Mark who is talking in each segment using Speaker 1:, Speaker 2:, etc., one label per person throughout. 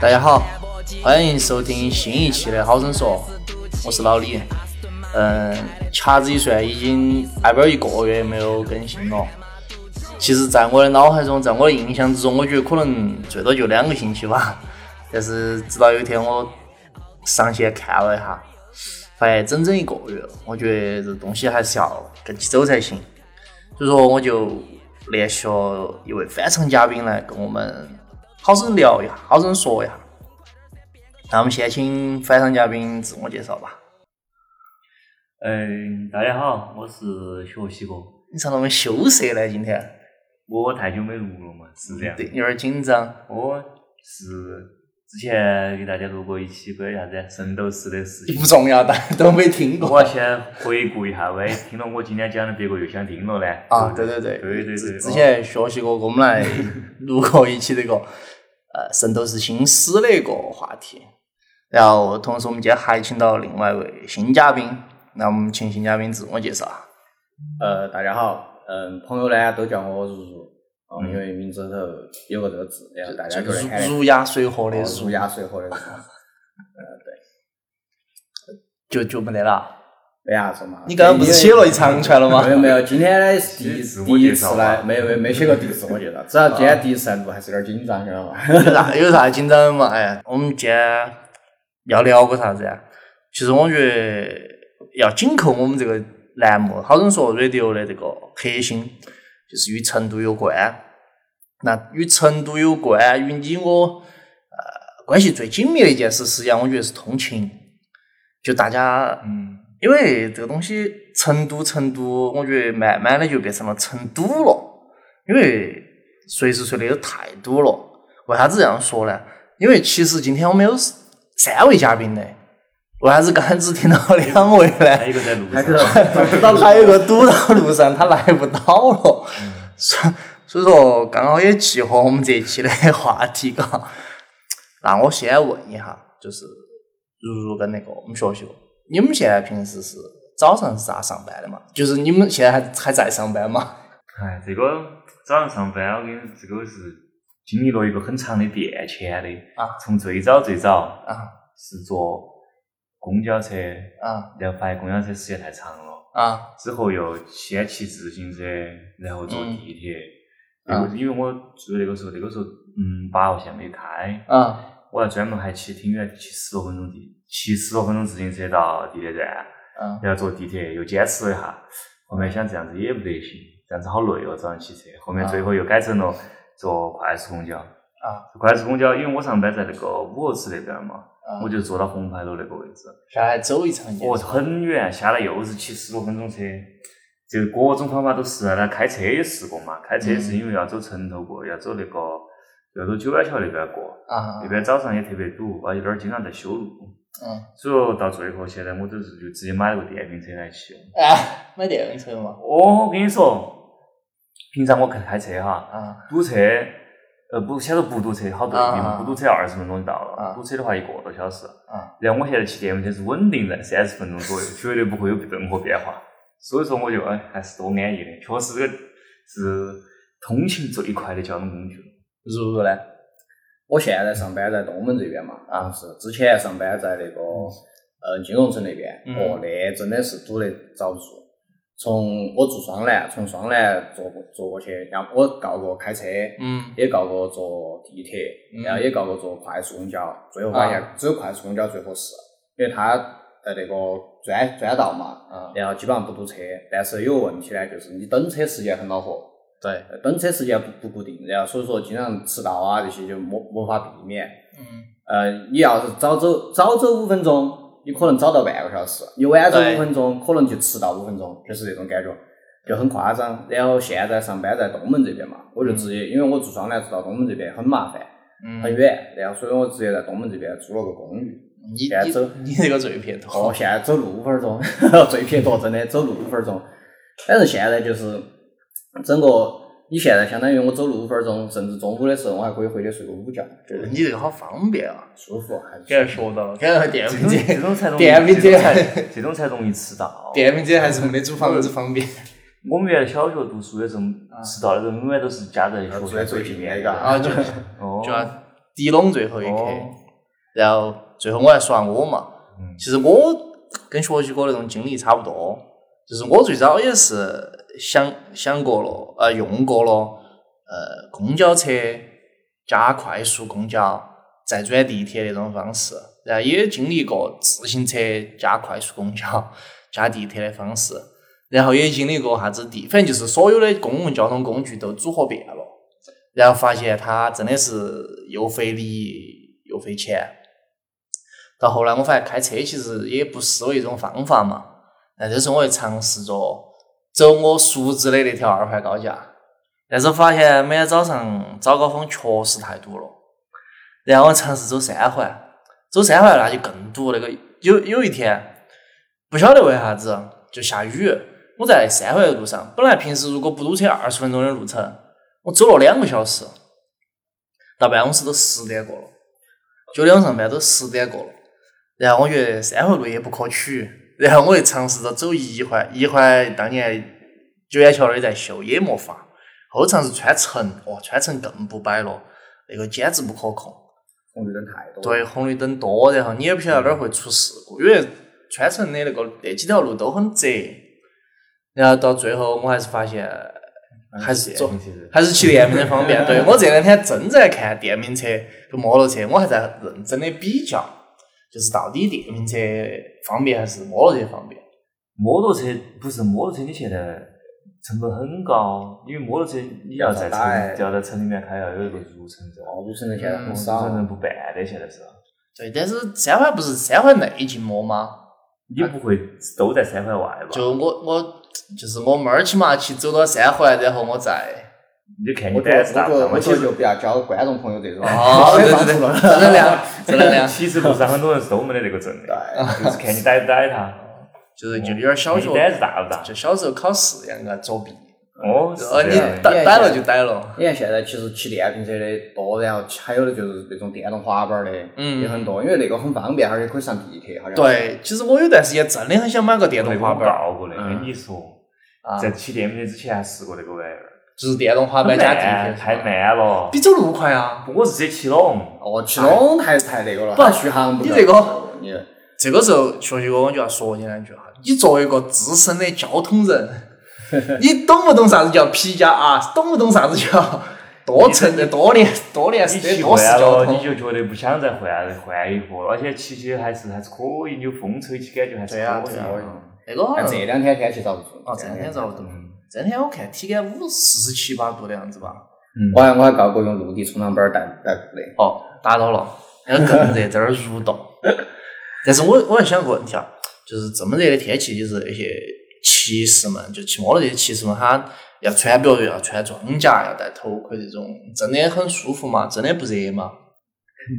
Speaker 1: 大家好，欢迎收听新一期的《好生说》，我是老李。嗯，掐指一算，已经挨边一个月没有更新了。其实，在我的脑海中，在我的印象之中，我觉得可能最多就两个星期吧。但是，直到有一天我上线看了一下，发现整整一个月了。我觉得这东西还是要跟起走才行。所以说，我就联系了一位返场嘉宾来跟我们好生聊一下，好生说一下。那我们先请返场嘉宾自我介绍吧。
Speaker 2: 嗯，大家好，我是学习哥。
Speaker 1: 你唱那么羞涩呢？今天
Speaker 2: 我太久没录了嘛，是这
Speaker 1: 嗯
Speaker 2: 样。
Speaker 1: 对，有点紧张。
Speaker 2: 我是之前给大家录过一期关于啥子啊圣斗士的事情
Speaker 1: 不，重要，大家 都没听
Speaker 2: 我
Speaker 1: 过
Speaker 2: 要。先回顾一下，万一听了我今天讲的，别个又想听了呢。
Speaker 1: 啊，对对对，
Speaker 2: 对对对
Speaker 1: 之
Speaker 2: 对
Speaker 1: 之前学习过，我们来录过一期这个 呃《圣斗士星矢》的一个话题。然后，同时我们今天还请到另外一位新嘉宾，那我们请新嘉宾自我介绍。
Speaker 3: 呃，大家好，嗯，朋友呢都叫我如如，哦，因为名字头有个这个字，然后大家
Speaker 1: 嗯就
Speaker 3: 就哦
Speaker 1: 儒
Speaker 3: 能喊
Speaker 1: 儒雅随和的儒
Speaker 3: 儒，雅随和的人。
Speaker 1: 就就没得了。
Speaker 3: 为啥子嘛？
Speaker 1: 你刚刚不是写了一长串了吗
Speaker 3: 没？有没有，今天 呢是第
Speaker 2: 写
Speaker 3: 一
Speaker 2: 自我
Speaker 3: 第一
Speaker 2: 介绍
Speaker 3: 次
Speaker 2: 吧
Speaker 3: 来，没有没有没写过第一次我介绍，主要今天第一次来录还是有点紧张，知道吧？
Speaker 1: 有啥有啥紧张的嘛？哎，我们今天要聊个啥子呀？其实我觉得要紧扣我们这个栏目，好生说 radio 的这个核心，就是与成都有关。那与成都有关，与你我呃关系最紧密的一件事，实际上我觉得是通勤。就大家，
Speaker 2: 嗯，
Speaker 1: 因为这个东西，成都成都，我觉得慢慢的就变成了成都了，因为随时随地都太堵了。为啥子这样说呢？因为其实今天我们有三位嘉宾的，为啥子刚才只听到两位呢？
Speaker 2: 还有一个在路
Speaker 3: 还
Speaker 2: 上
Speaker 3: 是，找不到路
Speaker 1: 还有一个堵到路上，他来不到了。所以所以说，刚好也契合我们这一期的话题，嘎。那我先问一下，就是如如跟那个我们学习，你们现在平时是早上是咋上班的嘛？就是你们现在还还在上班吗？
Speaker 2: 哎，这个早上上班，我跟你说，这个是经历了一个很长的变迁的。
Speaker 1: 啊
Speaker 2: 从最早最早
Speaker 1: 啊
Speaker 2: 是坐公交车，
Speaker 1: 啊
Speaker 2: 然后发现公交车时间太长了。
Speaker 1: 啊
Speaker 2: 之后又先骑自行车，然后坐
Speaker 1: 嗯
Speaker 2: 地铁。
Speaker 1: 啊
Speaker 2: 那个因为我住那个时候，那个时候嗯八号线没开，
Speaker 1: 啊
Speaker 2: 我还专门还骑挺远，骑十多分钟地，骑十多分钟自行车到地铁站，
Speaker 1: 啊！
Speaker 2: 然后坐地铁又坚持了一下。后面想这样子也不得行，这样子好累哦，早上骑车。后面
Speaker 1: 啊
Speaker 2: 最后又改成了坐快速公交。
Speaker 1: 啊，
Speaker 2: 快速公交，因为我上班在那个五河池那边嘛，
Speaker 1: 啊
Speaker 2: 我就坐到红牌楼那个位置。
Speaker 1: 下来走一场去。
Speaker 2: 哦，很远，下来又是骑十多分钟车，这个各种方法都试了。那开车也试过嘛，开车也是因为要走城头过，要走那个要走九摆桥那边过，
Speaker 1: 啊
Speaker 2: 那边早上也特别堵，而且那儿经常在修路。
Speaker 1: 嗯
Speaker 2: 所以说到最后，现在我都是就直接买了个电瓶车来骑。
Speaker 1: 啊，买电动车嘛
Speaker 2: 哦，我跟你说，平常我开开车哈，
Speaker 1: 啊
Speaker 2: 堵车，呃不，晓得不堵车好对比
Speaker 1: 啊
Speaker 2: 嘛，不堵车二十分钟就到
Speaker 1: 啊
Speaker 2: 了，堵车的话一个多小时。
Speaker 1: 啊
Speaker 2: 然后我现在骑电瓶车是稳定在三十分钟左右，绝对不会有任何变化。所以说，我就哎还是多安逸的，确实这个是通勤最快的交通工具。
Speaker 1: 如如呢？
Speaker 3: 我现在上班在东门这边嘛，
Speaker 1: 啊
Speaker 3: 是之前上班在那个呃金融城那边，
Speaker 1: 嗯
Speaker 3: 哦，那真的是堵得遭不住。从我住双南，从双南坐过坐过去，然后我告过开车，
Speaker 1: 嗯
Speaker 3: 也告过坐地铁，
Speaker 1: 嗯
Speaker 3: 然后也告过坐快速公交，最后发现
Speaker 1: 啊
Speaker 3: 只有快速公交最合适，因为它在那个专专道嘛，
Speaker 1: 啊
Speaker 3: 然后基本上不堵车。但是有个问题呢，就是你等车时间很恼火，
Speaker 1: 对
Speaker 3: 呃等车时间不不固定，然后所以说经常迟到啊这些就没没法避免。
Speaker 1: 嗯
Speaker 3: 呃，你要是早走早走五分钟，你可能早到半个小时；你晚走
Speaker 1: 对
Speaker 3: 五分钟，可能就迟到五分钟，就是这种感觉，就很夸张。然后现在上班在东门这边嘛，我就直接、因为我住双南，住到东门这边很麻烦，
Speaker 1: 嗯
Speaker 3: 很远，然后所以我直接在东门这边租了个公寓。
Speaker 1: 你
Speaker 3: 现在走
Speaker 1: 你你这个最撇
Speaker 3: 哦，
Speaker 1: 脱。
Speaker 3: 现在走路五分钟， 最撇脱，真的走路五分钟。但是现在就是整个，你现在相当于我走路五分钟，甚至中午的时候我还可以回去睡个午觉，觉得
Speaker 1: 你这个好方便啊！
Speaker 3: 舒服还是。
Speaker 1: 刚才说到了，刚才电
Speaker 2: 这
Speaker 1: 瓶
Speaker 2: 种这
Speaker 1: 车，
Speaker 2: 种才容易，
Speaker 1: 电瓶车
Speaker 2: 这种才这种才容易迟到。
Speaker 1: 电瓶车还是没得租房子方便。
Speaker 2: 我们原来小学读
Speaker 1: 啊
Speaker 2: 书的时候，迟到的人永远都是家在学
Speaker 3: 住
Speaker 2: 校
Speaker 3: 在
Speaker 2: 最
Speaker 3: 最
Speaker 2: 近
Speaker 3: 近
Speaker 2: 面
Speaker 3: 面
Speaker 2: 的
Speaker 3: 的
Speaker 1: 啊，就
Speaker 2: 哦
Speaker 1: 就要抵拢最后一刻，
Speaker 2: 哦
Speaker 1: 然后最后我还耍我嘛。
Speaker 2: 嗯
Speaker 1: 其实我跟学习哥那种经历差不多，就是我最早也是想想过了，呃，用过了，呃，公交车加快速公交再转地铁那种方式，然后也经历过自行车加快速公交 加地铁的方式，然后也经历过啥子地，反正就是所有的公共交通工具都组合遍了，然后发现它真的是又费力又费钱。到后来我发现开车其实也不失为一种方法嘛。那这时候我就尝试着走我熟知的那条二环高架，但是发现每天早上早高峰确实太堵了。然后我尝试走三环，走三环那就更堵。那个有有一天不晓得为啥子就下雨，我在三环的路上，本来平时如果不堵车二十分钟的路程，我走了两个小时，到办公室都十点过了。九点钟上班都十点过了，然后我觉得三环路也不可取，然后我就尝试着走一环，一环当年九眼桥那儿也在修，也没法。后尝试穿城，哇，穿城更不摆了，那个简直不可控。
Speaker 3: 红绿灯太多。
Speaker 1: 对，，红绿灯多，然后你也不晓得哪儿会出事故，因为川城的那个那几条路都很窄。然后到最后，我还是发现还是走
Speaker 2: 便民其实
Speaker 1: 还是骑电瓶车方便。对我这两天正在看电瓶车跟摩托车，我还在认真的比较，就是到底电瓶车方便还是摩托车方便？
Speaker 2: 摩托车不是摩托车，你现在成本很高，因为摩托车你要在
Speaker 3: 要打哎
Speaker 2: 城，就要在城里面开，要有一个入城证，
Speaker 3: 哦，路城的现在
Speaker 2: 入
Speaker 3: 很
Speaker 1: 嗯
Speaker 3: 少
Speaker 2: 城。证不办的现在是。
Speaker 1: 对，但是三环不是三环内禁摩吗？
Speaker 2: 你不会都在三环外吧？
Speaker 1: 就我我就是我妹儿起码骑走到三环，然后我再
Speaker 2: 你就看你
Speaker 3: 我觉得，
Speaker 2: 胆子大
Speaker 3: 我觉
Speaker 2: 不
Speaker 3: 得，
Speaker 2: 大。
Speaker 3: 我
Speaker 2: 我
Speaker 3: 觉
Speaker 2: 其
Speaker 3: 得
Speaker 2: 实
Speaker 3: 就不要教观众朋友这 种。
Speaker 1: 哦，对对对，正能量，正能 量，
Speaker 2: 其实路上很多人是都没得这个证的， 就是看你逮不逮他，
Speaker 1: 就是就有点小
Speaker 2: 看
Speaker 1: 学
Speaker 2: 你胆子大不大。
Speaker 1: 就小时候考试一样个作弊，
Speaker 2: 哦，是
Speaker 1: 呃，你
Speaker 2: 这样的。
Speaker 1: 逮逮了就逮了，
Speaker 3: 你看现在其实骑电瓶车的多，然后还有的就是那种电动滑板的
Speaker 1: 嗯
Speaker 3: 也很多，因为那个很方便，而且可以上地铁，好像。。
Speaker 1: 对，其实我有段时间真的很想买个电
Speaker 2: 那
Speaker 1: 动
Speaker 2: 个
Speaker 1: 滑
Speaker 2: 我
Speaker 1: 板儿，
Speaker 2: 告过的，跟你说，
Speaker 1: 啊
Speaker 2: 在骑电瓶车之前还试过那个玩意儿，啊
Speaker 1: 就是电动滑板
Speaker 2: 很
Speaker 1: 加
Speaker 2: 慢
Speaker 1: 地铁，
Speaker 2: 太，慢了。
Speaker 1: 比走路快啊！
Speaker 2: 我是直接骑拢，
Speaker 3: 哦，骑龙太太那个了，
Speaker 1: 不
Speaker 3: 续航不够
Speaker 1: 你这个，
Speaker 3: 你
Speaker 1: 这个时候，学习哥我就要说你两句哈，你作为一个资深的交通人，你懂不懂啥子叫 P 加 R？懂不懂啥子叫多层的多联多联
Speaker 2: 你
Speaker 1: 式的
Speaker 2: 骑
Speaker 1: 多
Speaker 2: 惯
Speaker 1: 式交
Speaker 2: 了，你
Speaker 1: 通？
Speaker 2: 就觉得不想再换换一个了，而且骑起还是还是可以，你有风吹起感觉还是
Speaker 1: 对啊
Speaker 2: 可以
Speaker 1: 对啊
Speaker 2: 的。
Speaker 1: 那个好
Speaker 3: 看
Speaker 1: 像
Speaker 3: 这两天天气遭不住。
Speaker 1: 哦，这两天遭不住
Speaker 2: 嗯。
Speaker 1: 这两天我看体感五四十七八度的样子吧。
Speaker 3: 我还我还搞过用陆地冲浪板儿带带的，
Speaker 1: 哦，达到了，那个更热，在那儿蠕动。但是我我还想个问题啊，就是这么热的天气，就是那些骑士们，就骑摩托车的骑士们，他要穿，比如说要穿装甲，要戴头盔这种，真的很舒服嘛？真的不热嘛？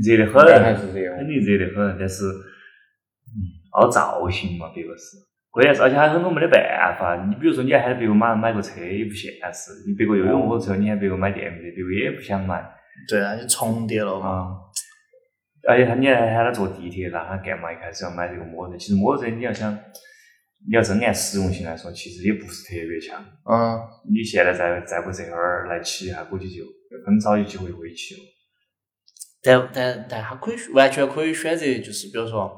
Speaker 2: 热得
Speaker 3: 应该还
Speaker 1: 啊
Speaker 2: 很，
Speaker 3: 是这样。
Speaker 2: 肯定热得很，但是，嗯，凹造型嘛，别个是，关键是，而且还很多没得办法。你比如说，你还喊别个马上买个车也不现实，你别个又
Speaker 1: 哦
Speaker 2: 有摩托车，你喊别个买电瓶车，别个也不想买
Speaker 1: 对啊，就重叠了嘛。
Speaker 2: 啊。而且哎他你还喊他坐地铁，让他干嘛？一开始要买这个摩托车，其实摩托车你要想，你要真按实用性来说，其实也不是特别强。
Speaker 1: 嗯，
Speaker 2: 你现在再再不这会儿来骑一下，估计就很少有机会会骑了。
Speaker 1: 但但但他可以完全可以选择，就是比如说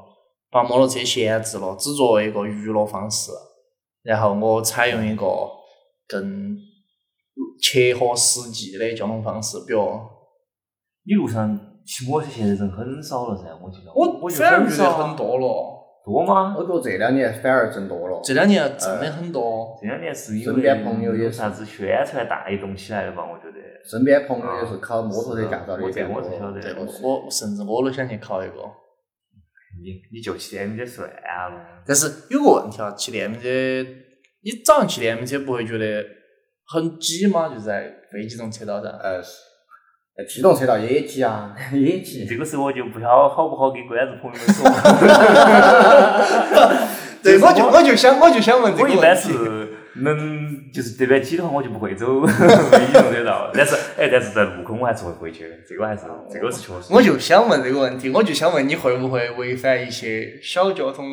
Speaker 1: 把摩托车闲置了，只作为一个娱乐方式，然后我采用一个更切合实际的交通方式，比如
Speaker 2: 你路上骑摩托车现在人很少了噻，我觉得。
Speaker 1: 我
Speaker 2: 觉
Speaker 1: 反而
Speaker 2: 得
Speaker 1: 觉得
Speaker 2: 少啊
Speaker 1: 很多了，
Speaker 2: 多吗？
Speaker 3: 我觉得这两年反而增多了。
Speaker 1: 这两年真的很多，
Speaker 2: 这两年是因为
Speaker 3: 身边朋友也
Speaker 2: 有啥子宣传带动起来的吧？我觉得。
Speaker 3: 身边朋友也是考摩托车驾照的
Speaker 2: 我
Speaker 3: 也
Speaker 2: 这
Speaker 3: 变多
Speaker 2: 我啊是晓
Speaker 3: 了。
Speaker 2: 得
Speaker 1: 对
Speaker 2: 的。
Speaker 1: 我我甚至我都想去考一个，
Speaker 2: 你你就骑电瓶车算了。
Speaker 1: 但是有个问题啊，骑电瓶车，你早上骑电瓶车不会觉得很挤吗？就在非机动车道上。
Speaker 3: 呃，是呃机动车道也挤啊， 也挤。
Speaker 2: 这个时候我就不晓好不好给观众朋友们 说。
Speaker 1: 对，我就我就想我就想问这
Speaker 2: 我
Speaker 1: 个
Speaker 2: 一般
Speaker 1: 问
Speaker 2: 是
Speaker 1: 题。
Speaker 2: 能就是这边挤的话，我就不会 走非机动车道。但是哎，但是在路口我还是会回去的，这个还是这个是确实。
Speaker 1: 我就想问这个问题，我就想问你会不会违反一些小交通？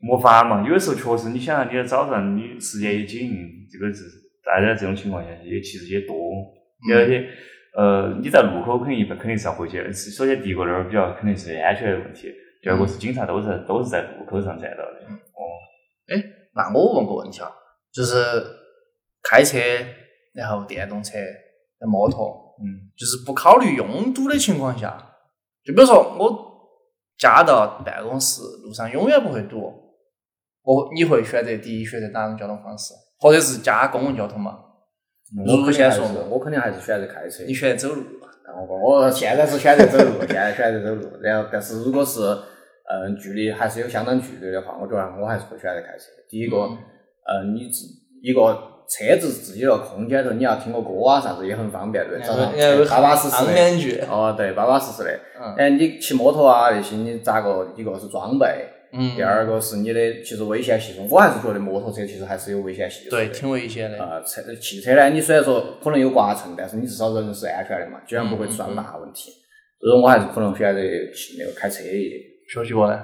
Speaker 2: 没法嘛，有的时候确实，你想想，你早上你时间也紧，这个是大家这种情况下也其实也多，
Speaker 1: 嗯
Speaker 2: 而且呃，你在路口肯定一般肯定是要回去的。首先第一个那儿比较肯定是安全的问题，第二个是警察都是都是在路口上站到的。
Speaker 1: 那我问个问题啊，就是开车，然后电动车、摩托，
Speaker 2: 嗯，
Speaker 1: 就是不考虑拥堵的情况下，就比如说我家到办公室路上永远不会堵，我你会选择第一选择哪种交通方式，或者是加公共交通嘛？
Speaker 3: 我
Speaker 1: 路
Speaker 3: 肯定
Speaker 1: 线
Speaker 3: 还是
Speaker 1: 说，
Speaker 3: 我肯定还是选择开车。
Speaker 1: 你选择走路，
Speaker 3: 然后我现在是选择走路， 现在选择走路。然后，但是如果是嗯距离还是有相当距离的话，我觉得我还是会选择开车。第一个，
Speaker 1: 嗯
Speaker 3: 嗯，你自一个车子自己的空间头，你要听个歌啊啥子也很方便，
Speaker 1: 嗯
Speaker 3: 对，早上
Speaker 1: 然后
Speaker 3: 巴巴适适
Speaker 1: 安
Speaker 3: 的。
Speaker 1: 安全，
Speaker 3: 哦，对，巴巴适适的。
Speaker 1: 嗯
Speaker 3: 哎，你骑摩托啊那些，你咋个？一个是装备，
Speaker 1: 嗯，
Speaker 3: 第二个是你的其实危险系数。我还是觉得摩托车其实还是有危险系数的。
Speaker 1: 对，挺危险的，
Speaker 3: 啊，车汽车呢，你虽然说可能有刮蹭，但是你至少人是安全的嘛，居然不会出啥大问题。所以我还是可能选择那个开车一点。
Speaker 1: 学习过呢，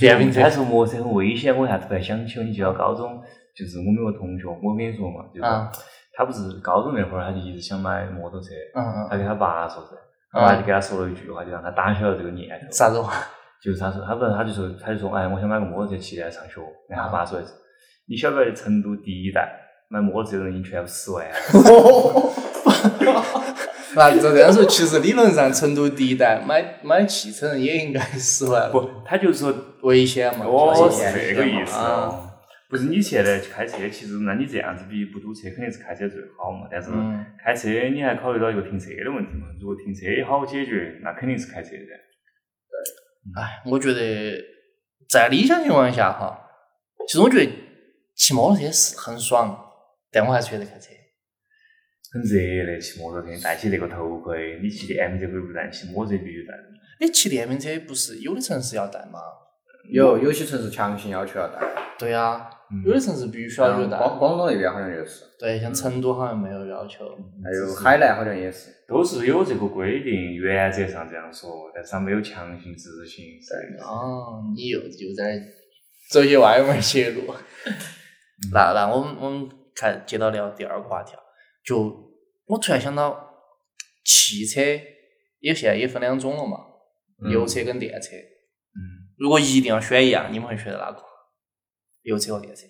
Speaker 2: 电瓶车说摩托车很危险，我一下突然想起，你记到高中，就是我们有个同学，我跟你说嘛，就是、
Speaker 1: 啊
Speaker 2: 他不是高中那会儿，他就一直想买摩托车，
Speaker 1: 嗯
Speaker 2: 他
Speaker 1: 嗯，
Speaker 2: 跟他爸说噻，他
Speaker 1: 啊
Speaker 2: 爸就给他说了一句话，就让他打消了这个念头。
Speaker 1: 啥子话？
Speaker 2: 就是他说，他不是他就说，他就说，哎，我想买个摩托车骑来上学。然后
Speaker 1: 啊
Speaker 2: 他爸说，你晓不晓得成都第一代买摩托车的人已经全部死 完了？
Speaker 1: 那照这样说，其实理论上成都第一代买买汽车人也应该十万，
Speaker 2: 不，他就说
Speaker 1: 危险嘛，
Speaker 2: 哦，
Speaker 1: 危
Speaker 2: 是
Speaker 1: 险
Speaker 2: 这个意思
Speaker 1: 啊。
Speaker 2: 哦。不是你现在去开车，其实那你这样子比不堵车肯定是开车最好嘛。但是
Speaker 1: 嗯
Speaker 2: 开车你还考虑到一个停车的问题嘛。如果停车好解决，那肯定是开车噻。
Speaker 1: 哎，我觉得在理想情况下哈，其实我觉得骑摩托车是很爽，但我还是选择开车。
Speaker 2: 很热的，骑摩托车戴起那个头盔，你骑电瓶车可以不戴，骑摩托车必须戴。
Speaker 1: 你骑电瓶车不是有的城市要带吗？
Speaker 3: 有有些城市强行要求要带，
Speaker 1: 对啊，
Speaker 2: 嗯
Speaker 1: 有的城市必须要求带。
Speaker 3: 广广东那边好像就是，
Speaker 1: 对，像成都好像没有要求。
Speaker 2: 嗯
Speaker 3: 还有海南好像也是。
Speaker 2: 都是有这个规定，原则上这样说，但是它没有强行执行。是的
Speaker 1: 哦，你又又在走些歪门邪路。那那我们我们看接到聊第二个话题啊，就我突然想到，汽车也现在也分两种了嘛，油车跟电车。
Speaker 2: 嗯，
Speaker 1: 如果一定要选一样，你们会选择哪个？油车和电车？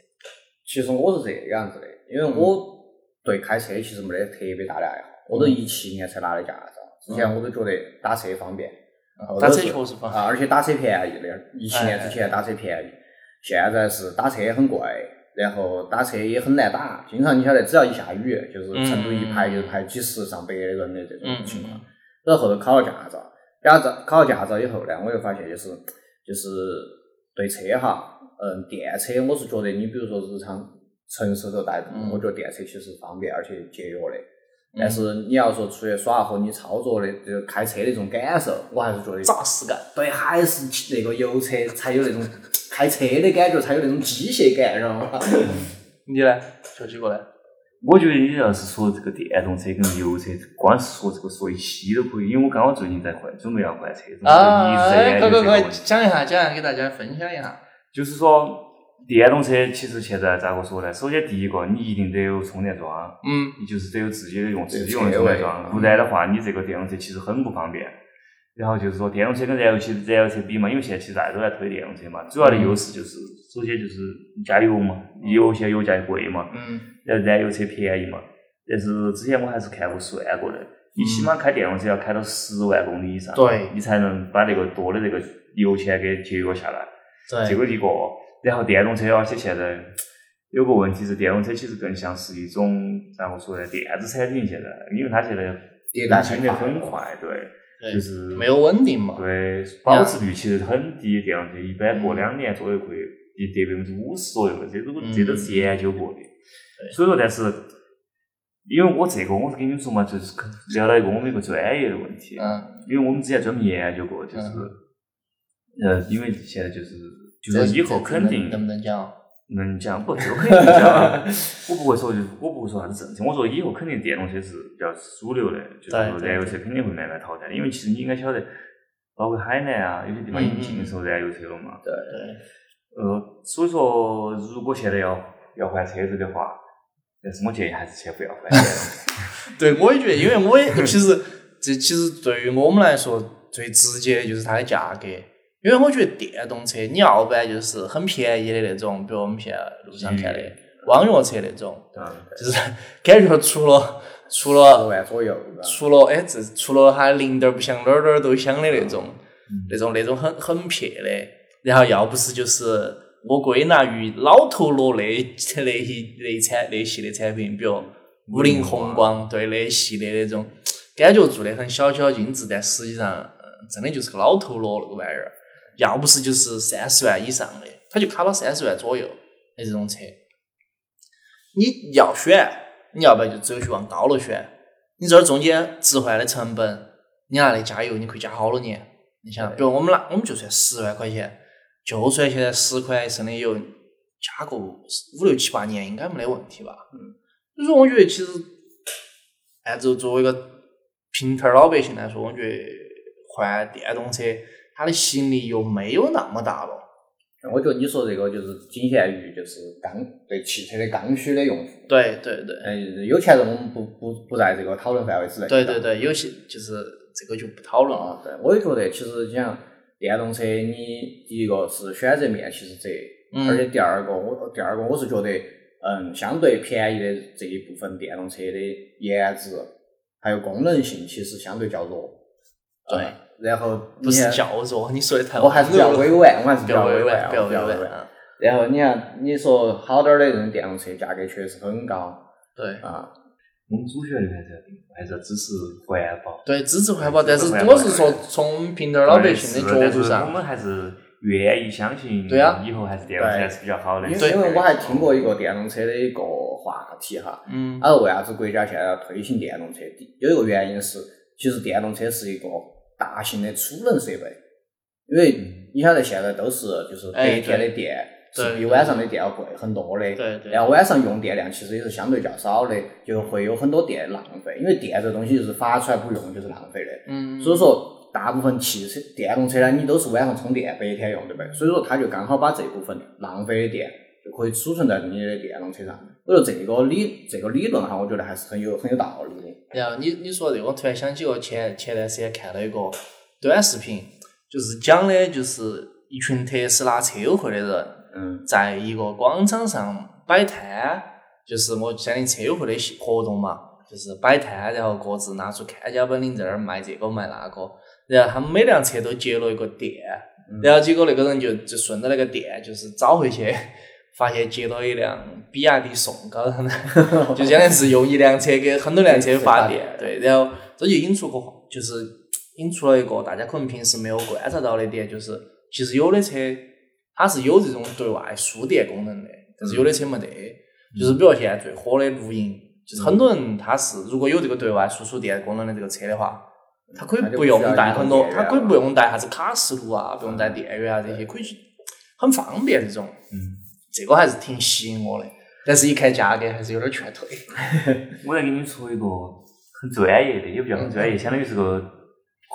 Speaker 3: 其实我是这个样子的，因为我对开车其实没得特别大的爱好，我都一七年才拿的驾照，之前我都觉得打车方便，后
Speaker 1: 打
Speaker 3: 头
Speaker 1: 车
Speaker 3: 是
Speaker 1: 确实哎方
Speaker 3: 啊，而且打车便宜的，一七年之前打车便宜，现在是打车很贵，然后打车也很难打，经常你晓得，只要一下雨，就是成都
Speaker 1: 嗯
Speaker 3: 一排就是排几十上百的人的这种情况。然后后头考了驾照，驾照考了驾照以后呢，我就发现就是就是对车哈，嗯，电车我是觉得你比如说日常城市头带，
Speaker 1: 嗯
Speaker 3: 我觉得电车其实方便而且节约的。
Speaker 1: 嗯
Speaker 3: 但是你要说出去耍和你操作的，就开车的这种感受，我还是觉得
Speaker 1: 扎实感。
Speaker 3: 对，还是那个油车才有那种开车的感觉，才有那种机械感，知 道吗？
Speaker 1: 你呢？小几个呢？
Speaker 2: 我觉得你要是说这个电动车跟油车，光是说这个说一期都可以，因为我刚好最近在换，准备要换车，准备一直
Speaker 1: 啊，
Speaker 2: 在
Speaker 1: 哎
Speaker 2: 研
Speaker 1: 快
Speaker 2: 究
Speaker 1: 快
Speaker 2: 这个问
Speaker 1: 快，
Speaker 2: 题。
Speaker 1: 讲一下，讲一下，给大家分享一下。
Speaker 2: 就是说，电动车其实现在咋个说呢？首先第一个，你一定得有充电桩，
Speaker 1: 嗯
Speaker 2: 你就是得有自己的用自己
Speaker 3: 车
Speaker 2: 用的充电
Speaker 3: 位
Speaker 1: 啊
Speaker 2: 桩，
Speaker 3: 嗯
Speaker 2: 不然的话，你这个电动车其实很不方便。然后就是说，电动车跟燃油车、燃油车比嘛，因为现在其实大家都在推电动车嘛，主要的优势就是，首先就是加油嘛，油现在油价也贵嘛，
Speaker 1: 嗯，
Speaker 2: 然后燃油车便宜嘛。但是之前我还是看过算过的，你起码开电动车要开到十万公里以上，
Speaker 1: 嗯对
Speaker 2: 你才能把那个多的这个油钱给节约下来。这
Speaker 1: 对，
Speaker 2: 个一个。然后电动车，哦而且现在有个问题是，电动车其实更像是一种咋个说呢，电子产品。现在，因为它现在
Speaker 3: 迭代
Speaker 2: 新
Speaker 3: 性
Speaker 2: 的
Speaker 3: 快
Speaker 2: 很快，对，就是
Speaker 1: 没有稳定嘛。嗯
Speaker 2: 对，保值率其实很低。电动车一般过两年左右可以跌跌百分之五十左右，这都
Speaker 1: 嗯
Speaker 2: 这都是研究过的。所以说，但是因为我这个，我是跟你们说嘛，就是聊到一个我们一个专业的问题。
Speaker 1: 嗯，
Speaker 2: 因为我们之前专门研究过，就是、呃，因为现在就是就
Speaker 1: 这
Speaker 2: 是以后肯
Speaker 1: 嗯能
Speaker 2: 定
Speaker 1: 能不能讲？
Speaker 2: 能讲，不，这个肯定能讲啊。 我不会说，就是我不会说啥子政策，我说以后肯定电动车是比较主流的，就是
Speaker 1: 对
Speaker 2: 说
Speaker 1: 对
Speaker 2: 燃油车肯定会慢慢淘汰的，因为其实你应该晓得，包括海南啊，有些地方已经禁售燃油车了嘛。
Speaker 1: 嗯对，
Speaker 2: 呃，所以说， 如果现在要要换车子的话，但是我建议还是先不要换电动车。
Speaker 1: 对，我也觉得，因为我也其实这其实对于我们来说最直接的就是它的价格，因为我觉得电动车你要不然就是很便宜的那种，比如我们现在路上看的网约车那种，
Speaker 2: 嗯，
Speaker 1: 就是 感觉除了除了
Speaker 3: 十万左右，是吧
Speaker 1: 除了哎，这除了它零点儿不响，哪儿哪儿都响的那种，那种那种很很撇的。然后要不是就是我归纳于老头乐那一那一那一产那一系列产品，比如五菱宏光，对那一系列那种，感觉做的很小巧精致，但实际上嗯真的就是个老头乐那个玩意儿。要不是就是三十万以上的，它就卡到三十万左右的这种车。你要选，你要不然就只有去往高了选。你这儿中间置换的成本，你拿来加油，你可以加好多年。你想，比如我们拿，我们就算十万块钱，就算现在十块一升的油，加个五六七八年应该没得问题吧？嗯，所以说我觉得其实，按照作为一个平头老百姓来说，我觉得换电动车，它的吸引力又没有那么大了。
Speaker 3: 我觉得你说这个就是仅限于就是刚对汽车的刚需的用户，
Speaker 1: 对对对，
Speaker 3: 嗯，有钱人我们不不不在这个讨论范围之内。
Speaker 1: 对对对，有些就是这个就不讨论了。
Speaker 3: 啊，对，我也觉得其实你像电动车，你第一个是选择面其实窄，
Speaker 1: 嗯
Speaker 3: 而且第二个我第二个我是觉得，嗯，相对便宜的这一部分电动车的颜值还有功能性其实相对较弱。
Speaker 1: 对
Speaker 3: 嗯然后你
Speaker 1: 不是
Speaker 3: 看
Speaker 1: 较弱，你说的太
Speaker 3: 我还是比较委婉，我还是
Speaker 1: 比
Speaker 3: 比较
Speaker 1: 较委
Speaker 3: 婉，
Speaker 1: 婉，
Speaker 3: 我
Speaker 1: 比较
Speaker 3: 比较
Speaker 1: 婉
Speaker 3: 婉。
Speaker 1: 啊。
Speaker 3: 然后你看，你说好点儿的那种电动车价格确实很高
Speaker 1: 对
Speaker 3: 啊，
Speaker 2: 我们主旋律还是要定，还是要支持环保。
Speaker 1: 对，支持环保，但是
Speaker 2: 支持环保
Speaker 1: 我是说从平头老百姓的角度
Speaker 2: 但是我
Speaker 1: 上，
Speaker 2: 们还是愿意相信，
Speaker 1: 对啊
Speaker 2: 以后还是电动车还是比较好的。
Speaker 3: 因为
Speaker 1: 对
Speaker 3: 因为我还听过一个电动车的一个话题哈，
Speaker 1: 嗯，
Speaker 3: 他说为啥子国家现在要推行电动车？有一个原因是，其实电动车是一个大型的储能设备，因为你晓得现在都是就是
Speaker 1: 嗯哎
Speaker 3: 白天的电
Speaker 1: 对
Speaker 3: 是比
Speaker 1: 对
Speaker 3: 晚上的电要贵很多的，
Speaker 1: 对对
Speaker 3: 然后晚上用电量其实也是相对较少的，就会有很多电浪费，因为电这东西就是发出来不用就是浪费的，
Speaker 1: 嗯，
Speaker 3: 所以说，大部分汽车、电动车呢，你都是晚上充电，白天用，对不对？所以说，它就刚好把这部分浪费的电就可以储存在你的电动车上。我觉得这个理这个理论哈，我觉得还是很有很有道理的。
Speaker 1: 然后你你说这个，我突然想起我前前段时间看到一个短视频，就是讲的就是一群特斯拉车友会的人，
Speaker 3: 嗯，
Speaker 1: 在一个广场上摆摊，就是我相当于车友会的活动嘛，就是摆摊，然后各自拿出看家本领在那儿卖这个卖那个，然后他们每辆车都接了一个电，然后结果那个人就就顺着那个电就是找回去，发现接到一辆比亚迪宋高 上的，就相当于是用一辆车给很多辆车发电，对，然后这就引出个就是引出了一个大家可能平时没有观察到的点，就是其实有的车它是有这种对外输电功能的，但是有的车没得，就是比如现在最火的露营，就是很多人他是如果有这个对外输出电功能的这个车的话。它可以
Speaker 3: 它就
Speaker 1: 不
Speaker 3: 不需
Speaker 1: 用
Speaker 3: 要
Speaker 1: 带
Speaker 3: 移动
Speaker 1: 很多，
Speaker 3: 电源
Speaker 1: 它可以
Speaker 3: 了
Speaker 1: 不用带啥子卡式炉啊，不用带电源啊这些，可以去很方便这种。
Speaker 2: 嗯，
Speaker 1: 这个还是挺吸引我的，但是一看价格还是有点劝退。
Speaker 2: 我来给你们说一个很专业的，也不叫很
Speaker 1: 嗯
Speaker 2: 专业，相当于是个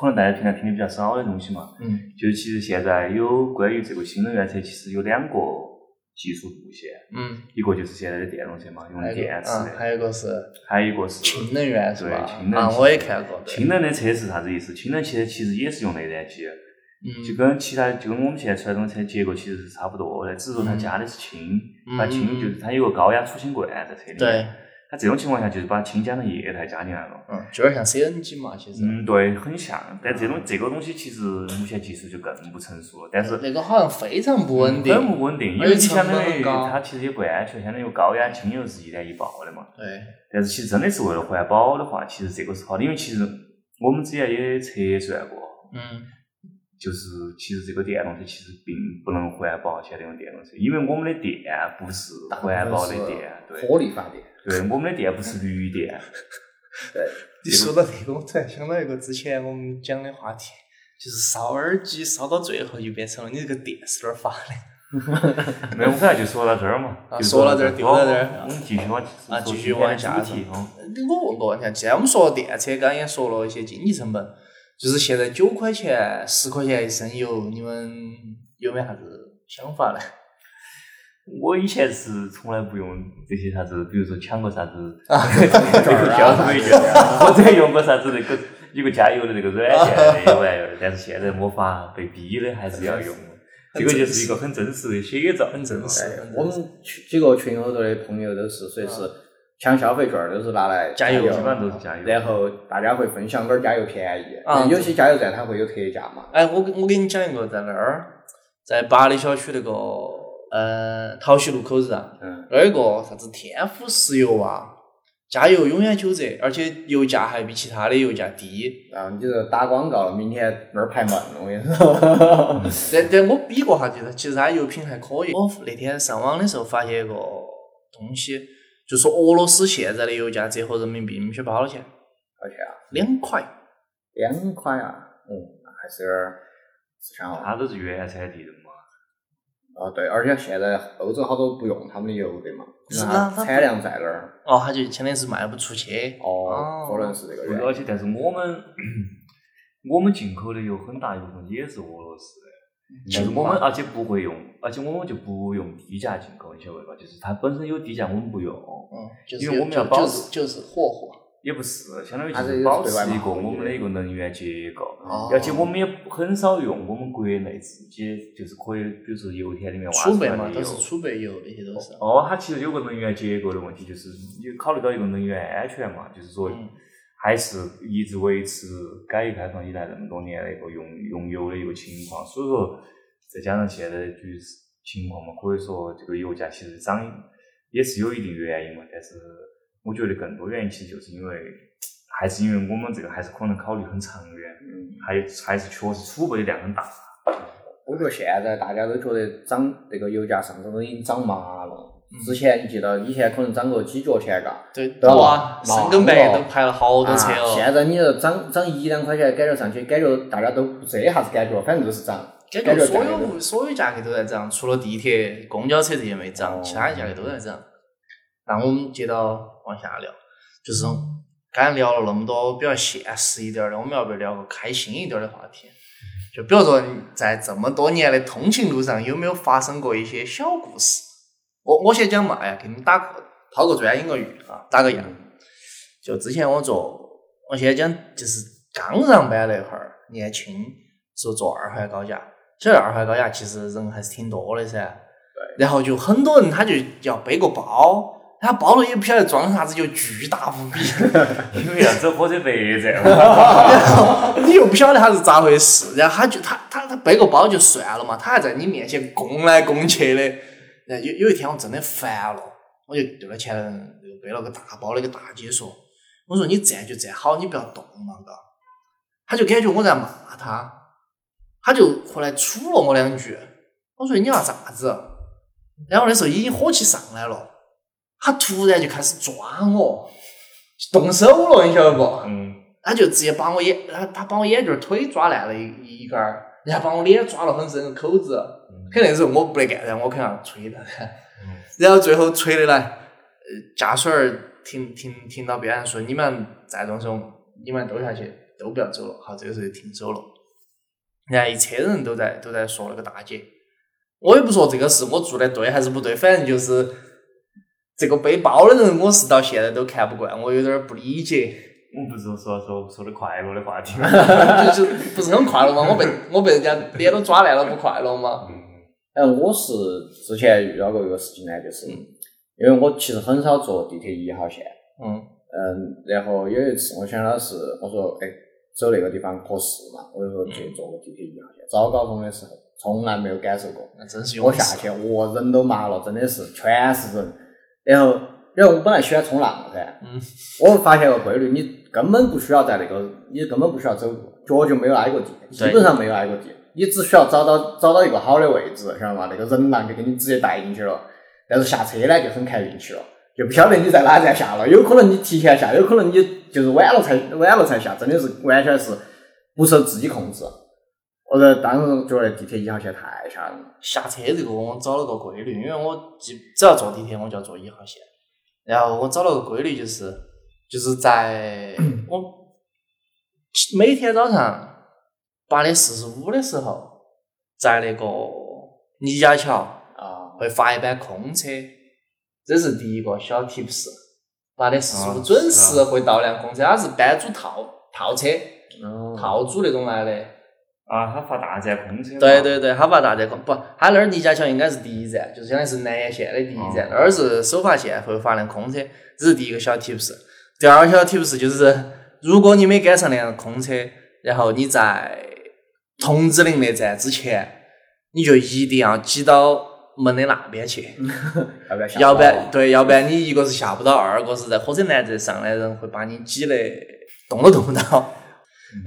Speaker 2: 可能大家平常听的比较少的东西嘛。
Speaker 1: 嗯
Speaker 2: 就其实现在有关于这个新能源车，其实有两个技术路线，
Speaker 1: 嗯，
Speaker 2: 一个就是现在的电动车嘛，用
Speaker 1: 还有一个
Speaker 2: 电池
Speaker 1: 嗯，还
Speaker 2: 的，
Speaker 1: 有一个是
Speaker 2: 还有一个是
Speaker 1: 氢能源是吧？
Speaker 2: 对氢能
Speaker 1: 啊，
Speaker 2: 汽车
Speaker 1: 我也看过。对
Speaker 2: 氢能的车是啥子意思？氢能汽车其实也是用内燃机，就
Speaker 1: 嗯
Speaker 2: 跟其他就跟我们现在传统车结构其实是差不多的，只是说它加的是氢，
Speaker 1: 嗯
Speaker 2: 把氢就是它有个高压储氢罐在车里面，
Speaker 1: 对，
Speaker 2: 它这种情况下就是把氢加成液态加进来了。
Speaker 1: 嗯，就有点像 CNG 嘛，其实。
Speaker 2: 嗯，对，很像，但这种
Speaker 1: 嗯
Speaker 2: 这个东西其实目前技术就更不成熟了，但是
Speaker 1: 那个好像非常不稳定。
Speaker 2: 嗯很不稳定，因
Speaker 1: 而
Speaker 2: 为
Speaker 1: 且
Speaker 2: 你
Speaker 1: 成
Speaker 2: 相
Speaker 1: 本
Speaker 2: 当
Speaker 1: 很
Speaker 2: 于
Speaker 1: 高
Speaker 2: 它其实也不安全，相当于高压氢油是易燃易爆的嘛。
Speaker 1: 对，
Speaker 2: 但是其实真的是为了环保的话，其实这个是好的，因为其实我们之前也测算过，
Speaker 1: 嗯
Speaker 2: 就是其实这个电动车其实并不能环保，现在用电动车，因为我们的电不是环保的电，对
Speaker 3: 火力发电，
Speaker 2: 对，我们的电不是 绿电，
Speaker 3: 对，
Speaker 1: 哎你说到这个，我突然想到一个之前我们讲的话题，就是烧耳机烧到最后就变成了你这个电是哪儿发的
Speaker 2: 没有，我们俩就说到这儿嘛，
Speaker 1: 啊
Speaker 2: 就
Speaker 1: 说到这儿
Speaker 2: 儿
Speaker 1: 丢到这儿
Speaker 2: 好我们继续往
Speaker 1: 啊
Speaker 2: 说
Speaker 1: 继续
Speaker 2: 今天
Speaker 1: 往下
Speaker 2: 的主题哈。
Speaker 1: 你我问个问题啊，既然我们说到电车，刚刚也说了一些经济成本，就是现在九块钱、十块钱一升油，你们有没有啥子想法呢？
Speaker 2: 我以前是从来不用这些啥子，比如说抢个啥子
Speaker 3: 这
Speaker 2: 那
Speaker 3: 儿
Speaker 2: 个
Speaker 3: 啊
Speaker 2: 消费券，或者用过啥子那个有个加油的那个呃软件那玩意儿，但是现在没法，被逼的还是要用。这个就是一个很真实的写照，
Speaker 1: 很真实
Speaker 3: 对，我们群几个群后头的朋友都是，所以是抢消费券儿都是拿来
Speaker 1: 啊加油
Speaker 2: 基本上都是加油。
Speaker 3: 然后大家会分享哪儿加油便宜，
Speaker 1: 啊
Speaker 3: 有些加油站它会有特价嘛。
Speaker 1: 哎，我给我给你讲一个，在那儿，在八里小区那个呃桃溪路口子啊，
Speaker 3: 嗯，
Speaker 1: 那儿有个啥子天府石油啊，加油永远九折，而且油价还比其他的油价低。
Speaker 3: 然后啊你就是打广告，明天那儿排闷，我跟你说。
Speaker 1: 但但我比过哈，就是其实它油品还可以。我那天上网的时候发现一个东西，就说俄罗斯现在的油价折合人民币，你们晓得多少钱？
Speaker 3: 而且啊，
Speaker 1: 两块。
Speaker 3: 两块啊，嗯，还是有点儿吃香
Speaker 1: 啊
Speaker 3: 了。
Speaker 2: 它都是啊原产地的嘛，
Speaker 3: 哦，对，而且现在欧洲好多不用他们的油的嘛，因
Speaker 1: 是
Speaker 3: 为
Speaker 1: 吗
Speaker 3: 它产量在那儿。
Speaker 1: 哦，它就相当于是卖不出去。
Speaker 3: 哦，
Speaker 1: 哦
Speaker 3: 可能是这个原
Speaker 2: 而
Speaker 3: 因。
Speaker 2: 且但是我们嗯我们进口的有很大一部分也是俄罗斯的，但是我们而且不会用，而且我们就不用低价进口，你晓得吧？就是它本身有低价，我们不用，
Speaker 1: 嗯，就
Speaker 2: 因
Speaker 1: 是
Speaker 2: 为我们要
Speaker 1: 就
Speaker 2: 保
Speaker 1: 就是就是霍霍。
Speaker 2: 也不是，相当于就
Speaker 3: 它是
Speaker 2: 是
Speaker 3: 一个
Speaker 2: 保
Speaker 3: 对
Speaker 2: 持
Speaker 3: 外
Speaker 2: 一
Speaker 3: 贸
Speaker 2: 个我
Speaker 3: 易
Speaker 2: 们的一个能源结构。
Speaker 1: 哦
Speaker 2: 而且我们也很少用我们国内自己，就是可以，比如说油田里面挖
Speaker 1: 储
Speaker 2: 出
Speaker 1: 备
Speaker 2: 来
Speaker 1: 嘛，
Speaker 2: 的
Speaker 1: 都
Speaker 2: 油。
Speaker 1: 是储备油，那些都啊是。
Speaker 2: 哦，它其实有个能源结构的问题，就是你考虑到一个能源安全嘛，就是说
Speaker 1: 嗯
Speaker 2: 还是一直维持改革开放以来这么多年的一个用用油的一个情况，所以说再加上现在的局势情况嘛，可以说这个油价其实涨也是有一定原因嘛，但是我觉得更多原因其实就是因为还是因为我们这个还是可能考虑很长远，
Speaker 3: 嗯，
Speaker 2: 还还是确实储备量很大。
Speaker 3: 我觉得现在大家都觉得涨这个油价上涨都已经涨麻了
Speaker 1: 嗯。
Speaker 3: 之前你记得以前可能涨个几角钱嘎，
Speaker 1: 对，
Speaker 3: 对吧
Speaker 1: 哇，
Speaker 3: 忙
Speaker 1: 深更半夜
Speaker 3: 了
Speaker 1: 都排了好多车
Speaker 3: 啊
Speaker 1: 哦，
Speaker 3: 现在你这涨涨一两块钱，感觉上去感觉大家都不这啥子感觉，反正就是涨，
Speaker 1: 感
Speaker 3: 感
Speaker 1: 觉
Speaker 3: 觉
Speaker 1: 所
Speaker 3: 价格
Speaker 1: 有所有价格都在涨，除了地铁、公交车这些没涨，其他的价格都在涨。那我们接到往下聊，就是刚才聊了那么多比较现实一点儿的，我们要不要聊个开心一点儿的话题？就比如说，在这么多年的通勤路上，有没有发生过一些小故事？我我先讲嘛，哎呀，给你们打个抛个砖引个玉啊，打个样。就之前我坐，我先讲，就是刚上班那会儿，年轻时候坐二环高架，其实二环高架其实人还是挺多的噻。对。然后就很多人他就要背个包，他包了也不晓得装啥子，就巨大无比。
Speaker 2: 因为要走火车北站嘛，
Speaker 1: 然后 你又不晓得他是咋回事，然后他就他他他背个包就算了嘛，他还在你面前拱来拱去的。然后有有一天我真的烦了，我就对那前人就背了个大包的一个大姐说：“我说你站就站好，你不要动嘛，嘎。”他就感觉我在骂他，他就回来杵了我两句。我说你要啥子？然后那时候已经火气上来了，他突然就开始抓我，动手了，你晓得不？
Speaker 2: 嗯，
Speaker 1: 他就直接把我眼，他他把我眼角腿抓烂了一一根儿，然后把我脸抓了很深个口子。肯定是我不得干噻，我肯定要吹他 噻。然后最后吹的来，呃，驾驶员停停停到边上说：“你们再装怂，你们都下去，都不要走了。”好，这个时候就停手了。然后一车人都在都在说那个大姐，我也不说这个是我做的对还是不对，反正就是这个背包的人，我是到现在都看不惯，我有点儿不理解。
Speaker 2: 我不是说说说说的快乐的话题吗。
Speaker 1: 就是不是很快乐吗？我 被我被人家脸都抓烂了，不快乐吗？
Speaker 3: 哎，我是之前遇到过一个事情呢，就是、因为我其实很少坐地铁一号线，
Speaker 1: 嗯
Speaker 3: 嗯，然后有一次我想到是，我说哎，走那个地方合适嘛，我就说去坐个地铁一号线。早高峰的时候从来没有感受过，
Speaker 1: 那真是
Speaker 3: 我
Speaker 1: 勇
Speaker 3: 下
Speaker 1: 士。
Speaker 3: 去我人都麻了，真的是全是人。然后，然后我本来喜欢冲浪的噻，
Speaker 1: 嗯，
Speaker 3: 我发现个规律，你根本不需要在那个，你根本不需要走路，脚就没有挨过地，基
Speaker 1: 对
Speaker 3: 本上没有挨过地，你只需要找到找到一个好的位置，晓得吗？那个人浪就给你直接带进去了。但是下车呢，就很看运气了，就不晓得你在哪站下了，有可能你提前下，有可能你就是晚了才晚了才下，真的是完全是不受自己控制。我在当时觉得地铁一号线太吓人了。
Speaker 1: 下车这个我找了个规律，因为我基只要坐地铁我就要坐一号线，然后我找了个规律就是就是在我每天早上八点四十五的时候，在那个倪家桥
Speaker 3: 啊，
Speaker 1: 会发一班空车，这是第一个小 tips。八点四十五准时会到辆空车，它是班组套套车，
Speaker 3: 哦
Speaker 1: 套组那种来的。
Speaker 2: 啊，他发大战空车嘛。
Speaker 1: 对对对，哈巴大站空不，它那儿立交桥应该是第一站，就是相当于是南延县的第一站，
Speaker 2: 哦
Speaker 1: 那儿是首发线会发辆空车，这是第一个小 tips。第二个小 tips 就是，如果你没赶上那辆空车，然后你在桐梓林那站之前，你就一定要挤到门的那边去。
Speaker 3: 要不要下？
Speaker 1: 要不然，对，要不然你一个是下不到，二个是在火车南站上来的人会把你挤得动都动不到。
Speaker 3: 嗯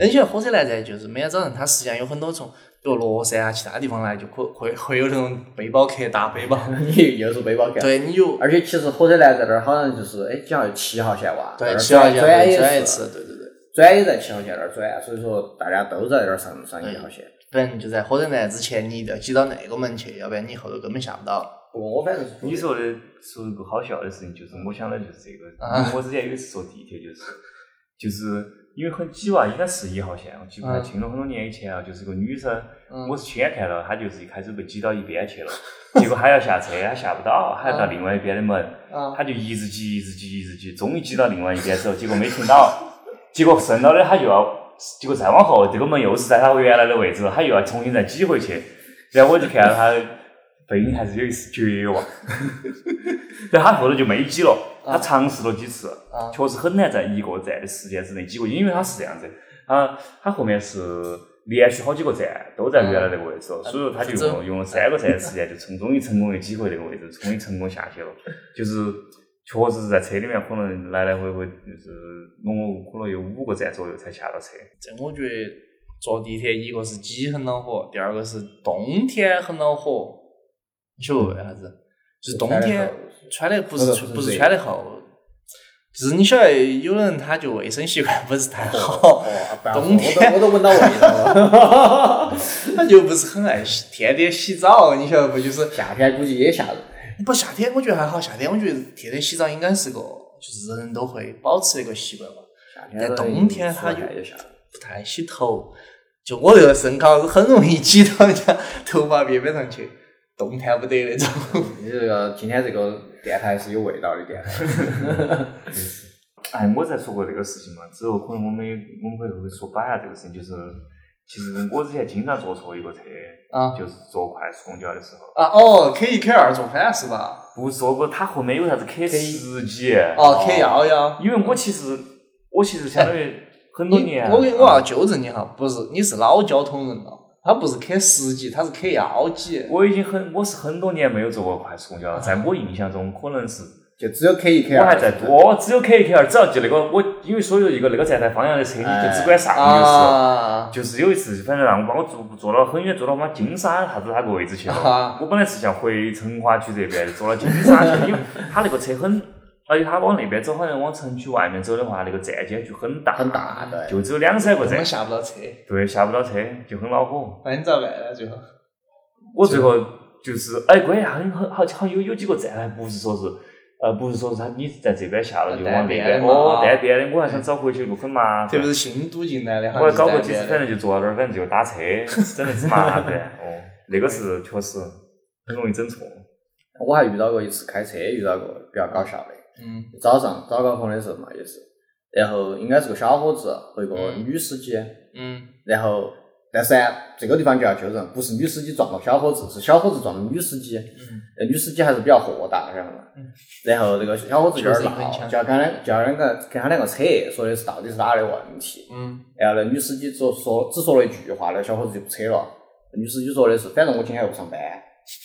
Speaker 1: 而且火车南站就是每天早上，它实际上有很多从比如乐山啊其他地方来，就可会会有那种背包客大背包，
Speaker 3: 你又是背包 客。。
Speaker 1: 对你就
Speaker 3: 嗯而且其实火车站在那儿好像就是，哎，好像七号线哇，
Speaker 1: 对七号线
Speaker 3: 转
Speaker 1: 对转一
Speaker 3: 一
Speaker 1: 次，，对对对，
Speaker 3: 转也在七号线那儿转，啊所以说大家都在那儿上上
Speaker 1: 嗯
Speaker 3: 一号线。
Speaker 1: 反正就在火车站之前，你一定要挤到那个门去，要不然你后头根本下不到。
Speaker 3: 不过我反正是
Speaker 2: 你说的说一个好笑的事情，就是我想的就是这个。
Speaker 1: 啊
Speaker 2: 我之前有一次坐地铁，就是就是因为很挤哇，应该是一号线，我记不太清了，很多年以前啊，就是一个女生，
Speaker 1: 嗯
Speaker 2: 我是先看到她就是一开始被挤到一边去了，结果她要下车，她下不到，她要到另外一边的门，
Speaker 1: 嗯啊
Speaker 2: 她就一直挤，一直挤，一直挤，终于挤到另外一边之后，结果没停到，结果伸到的她又要，结果再往后，这个门又是在她原来的位置了，她又要重新再挤回去，然后我就看到她背影还是有一丝绝望，然后她后头就没挤了，她尝试了几次，
Speaker 1: 啊
Speaker 2: 确实很难在一个站的时间之内挤过去，因为它是这样子，它它后面是连续好几个站都在原来那个位置了，所以说它就用了用了三个站的时间，就成终于成功的挤回那个位置，终于成功下去了。就是确实是在车里面可能来来回回就是弄了可能有五个站左右才下到车。
Speaker 1: 这我觉得坐地铁一个是挤很恼火，第二个是冬天很恼火。你晓得为啥子？就是冬天穿的不是
Speaker 3: 不
Speaker 1: 穿
Speaker 3: 是
Speaker 1: 不
Speaker 3: 这
Speaker 1: 是
Speaker 3: 个
Speaker 1: 穿的厚，就是你晓得有人他就卫生习惯不是太
Speaker 3: 哦
Speaker 1: 好，
Speaker 3: 哦，不要说
Speaker 1: 冬天
Speaker 3: 我都我都闻到味道了。
Speaker 1: 他就不是很爱洗，天天洗澡，你晓得不？就是
Speaker 3: 夏天估计也吓人。
Speaker 1: 不夏天我觉得还好，夏天我觉得天天洗澡应该是个就是人人都会保持的一个习惯吧。
Speaker 3: 夏
Speaker 1: 但冬天它就
Speaker 3: 也吓人。
Speaker 1: 不太洗头，就我这个身高很容易挤到人家头发边边上去，动弹不得那种。
Speaker 3: 你这个今天这个电台是有味道的电台。
Speaker 2: 哎，我在说过这个事情嘛，之后可能我们也我们会会说摆下这个事情，就是其实我之前经常坐错一个车，
Speaker 1: 啊
Speaker 2: 就是坐快速公交的时候。
Speaker 1: 啊哦，K 一 K 二做反是吧？
Speaker 2: 不是，不，它后面有啥子 K 十几？
Speaker 1: 哦，K 幺幺。
Speaker 2: 因为我其实我其实相 当于很多
Speaker 1: 你
Speaker 2: 年，
Speaker 1: 我给我啊要纠正你哈，不是，你是老交通人了，他不是 K 十几，他是 K 幺几。
Speaker 2: 我已经很我是很多年没有坐过快速公交了，在我印象中可能是
Speaker 3: 就只有 K 一 K
Speaker 2: 我
Speaker 1: 啊
Speaker 3: 二。
Speaker 2: 还在读，哦，只有 K 一 K 二，只要记那个我，因为所有一个那个站台方向的车，你就只管上就是。
Speaker 1: 哎啊
Speaker 2: 就是有一次，反正让我把我坐坐到很远，坐到我妈金沙啥子哪个 位置去了
Speaker 1: 啊。
Speaker 2: 我本来是想回成华区这边，坐到金沙去，因为他那个车很，而且他往那边走，好像往城区外面走的话，那个站间距很大，
Speaker 3: 很大对
Speaker 1: 嗯
Speaker 2: 就只有两三个
Speaker 1: 根
Speaker 2: 站
Speaker 1: 本，下不到车，
Speaker 2: 对，下不到车，就很恼火。
Speaker 1: 那你咋办呢？最后
Speaker 2: 我最后就是，哎，关键很很好，好像有有几个站还不是说是，呃，不是说是他你在这边下了就往那边，
Speaker 1: 单边的嘛
Speaker 2: 哦，单边的，我还想找回去路 很麻
Speaker 1: 特
Speaker 2: 烦
Speaker 1: 别，是新都进来的，
Speaker 2: 我还搞过
Speaker 1: 过
Speaker 2: 几次，反正就坐到那儿，反正就打车，整得之麻烦。哦，那个是确实很容易整错。
Speaker 3: 我还遇到过一次开车遇到过比较搞笑的。
Speaker 1: 嗯
Speaker 3: 早上早高峰的时候嘛，也是，然后应该是个小伙子和一个
Speaker 1: 嗯
Speaker 3: 女司机，
Speaker 1: 嗯
Speaker 3: 然后但是呢，这个地方就要纠正，不是女司机撞到小伙子，是小伙子撞到女司机。
Speaker 1: 嗯
Speaker 3: 呃女司机还是比较豁达，晓得嘛
Speaker 1: 嗯？
Speaker 3: 然后这个小伙子就在那
Speaker 1: 确实很
Speaker 3: 闹，
Speaker 1: 强
Speaker 3: 就要跟他两就要两个跟他两个扯，说的是到底是哪的问题。
Speaker 1: 嗯
Speaker 3: 然哎后那女司机只说只说了一句话，那小伙子就不扯了。女司机说的是，反正我今天要不上班。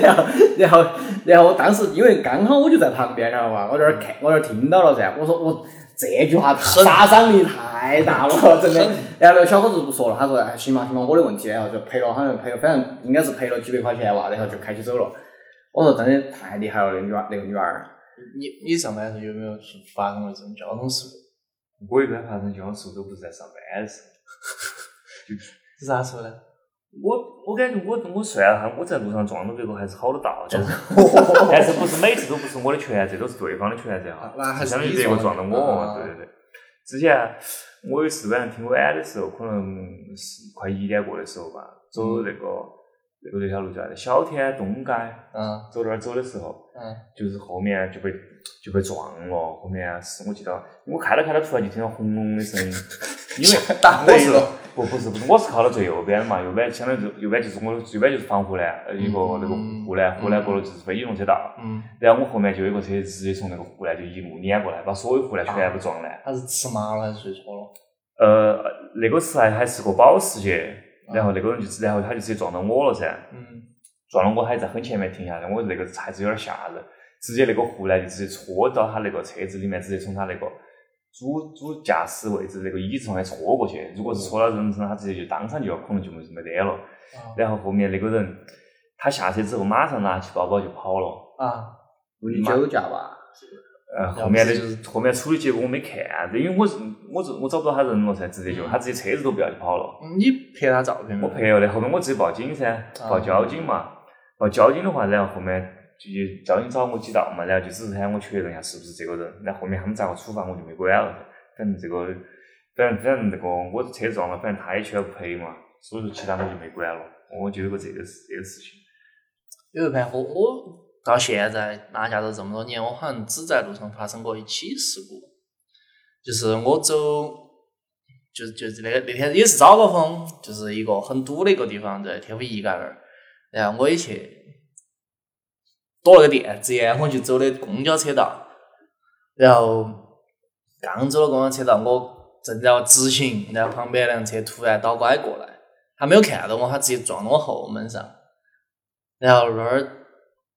Speaker 3: 然后，然后，然后，当时因为刚好我就在旁边，晓得嘛，我在那儿看，我在那儿听到了噻。我说我这句话杀伤力太大了，真的。然后那个小伙子不说了，他说哎行吧行吧，我的问题，然后就赔了，好像赔了，反正应该是赔了几百块钱吧，然后就开起走了。我说真的太厉害了，那女娃那个女娃儿，
Speaker 1: 你你上班的时候有没有发生过这种交通事故？
Speaker 2: 我一般发生交通事故都不是在上班的时候，
Speaker 1: 是咋说呢？
Speaker 2: 我我感觉我我算了哈，我在路上撞到别个还是好多道，但是但是不是每次都不是我的全责，都是对方的全责哈
Speaker 1: 啊那，还
Speaker 2: 就是相当于
Speaker 1: 你
Speaker 2: 别个撞
Speaker 1: 撞
Speaker 2: 到
Speaker 1: 的
Speaker 2: 我，
Speaker 1: 啊
Speaker 2: 对对对。之前我有一次晚上挺晚的时候，可能是快一点过的时候吧，走那个这个这条路叫啥子？小天东街。
Speaker 1: 嗯
Speaker 2: 走那儿走的时候，
Speaker 1: 嗯
Speaker 2: 就是后面就被就被撞了。后面是我记得，我开着开着突然就听到轰隆的 声音，因为
Speaker 1: 打
Speaker 2: 我
Speaker 1: 雷
Speaker 2: 是
Speaker 1: 了
Speaker 2: 不不是不是，我是靠到最右边的嘛，右边相当于就右边就是我右边就是防护栏，呃一个那个
Speaker 1: 嗯
Speaker 2: 护栏，护栏过了就是非机动车道，
Speaker 1: 嗯，
Speaker 2: 然后我后面就有一个车直接从那个护栏就一路碾过来，把所有护栏全部撞烂。
Speaker 1: 他是吃麻了还是睡着了？
Speaker 2: 呃，那个时候还还是个保时捷，然后那个人就直然后他就直接撞到我了噻。
Speaker 1: 嗯，
Speaker 2: 撞了我还在很前面停下来，我那个还是有点吓人，直接那个护栏就直接戳到他那个车子里面，直接从他那个主主驾驶位置那个椅子上面戳过去。如果是戳到人身上，他直接就当场就要可能就没没得了。
Speaker 1: 啊
Speaker 2: 然后后面那个人他下车之后马上拿起包包就跑了。
Speaker 1: 啊，
Speaker 3: 你酒驾吧？
Speaker 2: 呃，
Speaker 1: 不
Speaker 2: 后面的
Speaker 1: 就是
Speaker 2: 后面处理结果我没看，因为我是我是我找不到他人了噻，直接就
Speaker 1: 嗯
Speaker 2: 他直接车子都不要就跑了。
Speaker 1: 你拍他照片没
Speaker 2: 我
Speaker 1: 有？
Speaker 2: 拍了的，后面我直接报警噻，报交警嘛，报交警的话，然后后面就交警找我几道嘛，然后就只是喊我确认一下是不是这个人，然后后面他们咋个处罚我就没管了，反正这个，反正反正这个我车撞了，反正他也全部赔嘛，所以说其他我就没管了，我就有个这个事这个事情，
Speaker 1: 有一盘我我到现在拿驾照这么多年，我好像只在路上发生过一起事故，就是我走，就就是那个那天也是早高峰，就是一个很堵的一个地方，在天府一街那儿，然后我也去躲了个店，直接我就走的公交车道，然后刚走到公交车道，我正在直行，然后旁边那辆车突然倒拐过来，他没有看到我，他直接撞到我后门上。然后那儿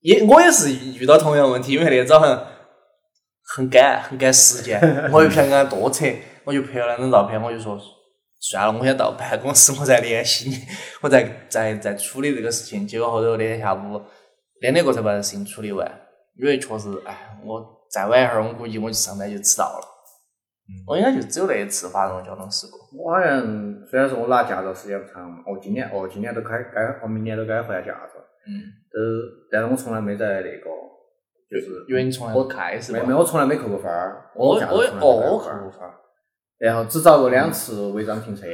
Speaker 1: 也我也是遇到同样问题，因为那天早上很赶，很赶时间，我又不想跟他多扯，我就拍了两张照片，我就说算了，我先到办公室，我再联系你，我再再再处理这个事情。结果后头那天下午两点过才把这事情处理完，因为确实，哎，我再晚一会儿，我估计我就上班就迟到了。我应该就只有那一次发生了交通事故。
Speaker 3: 我好像虽然说我拿驾照时间不长嘛，我今年哦今年都该该哦明年都该换驾照，
Speaker 1: 嗯，
Speaker 3: 都但是我从来没在那个就是
Speaker 1: 因为你从来不开是吧
Speaker 3: 没？没，我从来没扣过分儿，
Speaker 1: 我
Speaker 3: 驾照
Speaker 1: 我
Speaker 3: 从来没扣
Speaker 1: 哦我
Speaker 3: 过
Speaker 1: 扣
Speaker 3: 分
Speaker 1: 过
Speaker 3: 儿，
Speaker 1: 分儿，
Speaker 3: 然后只遭过两次违章停车，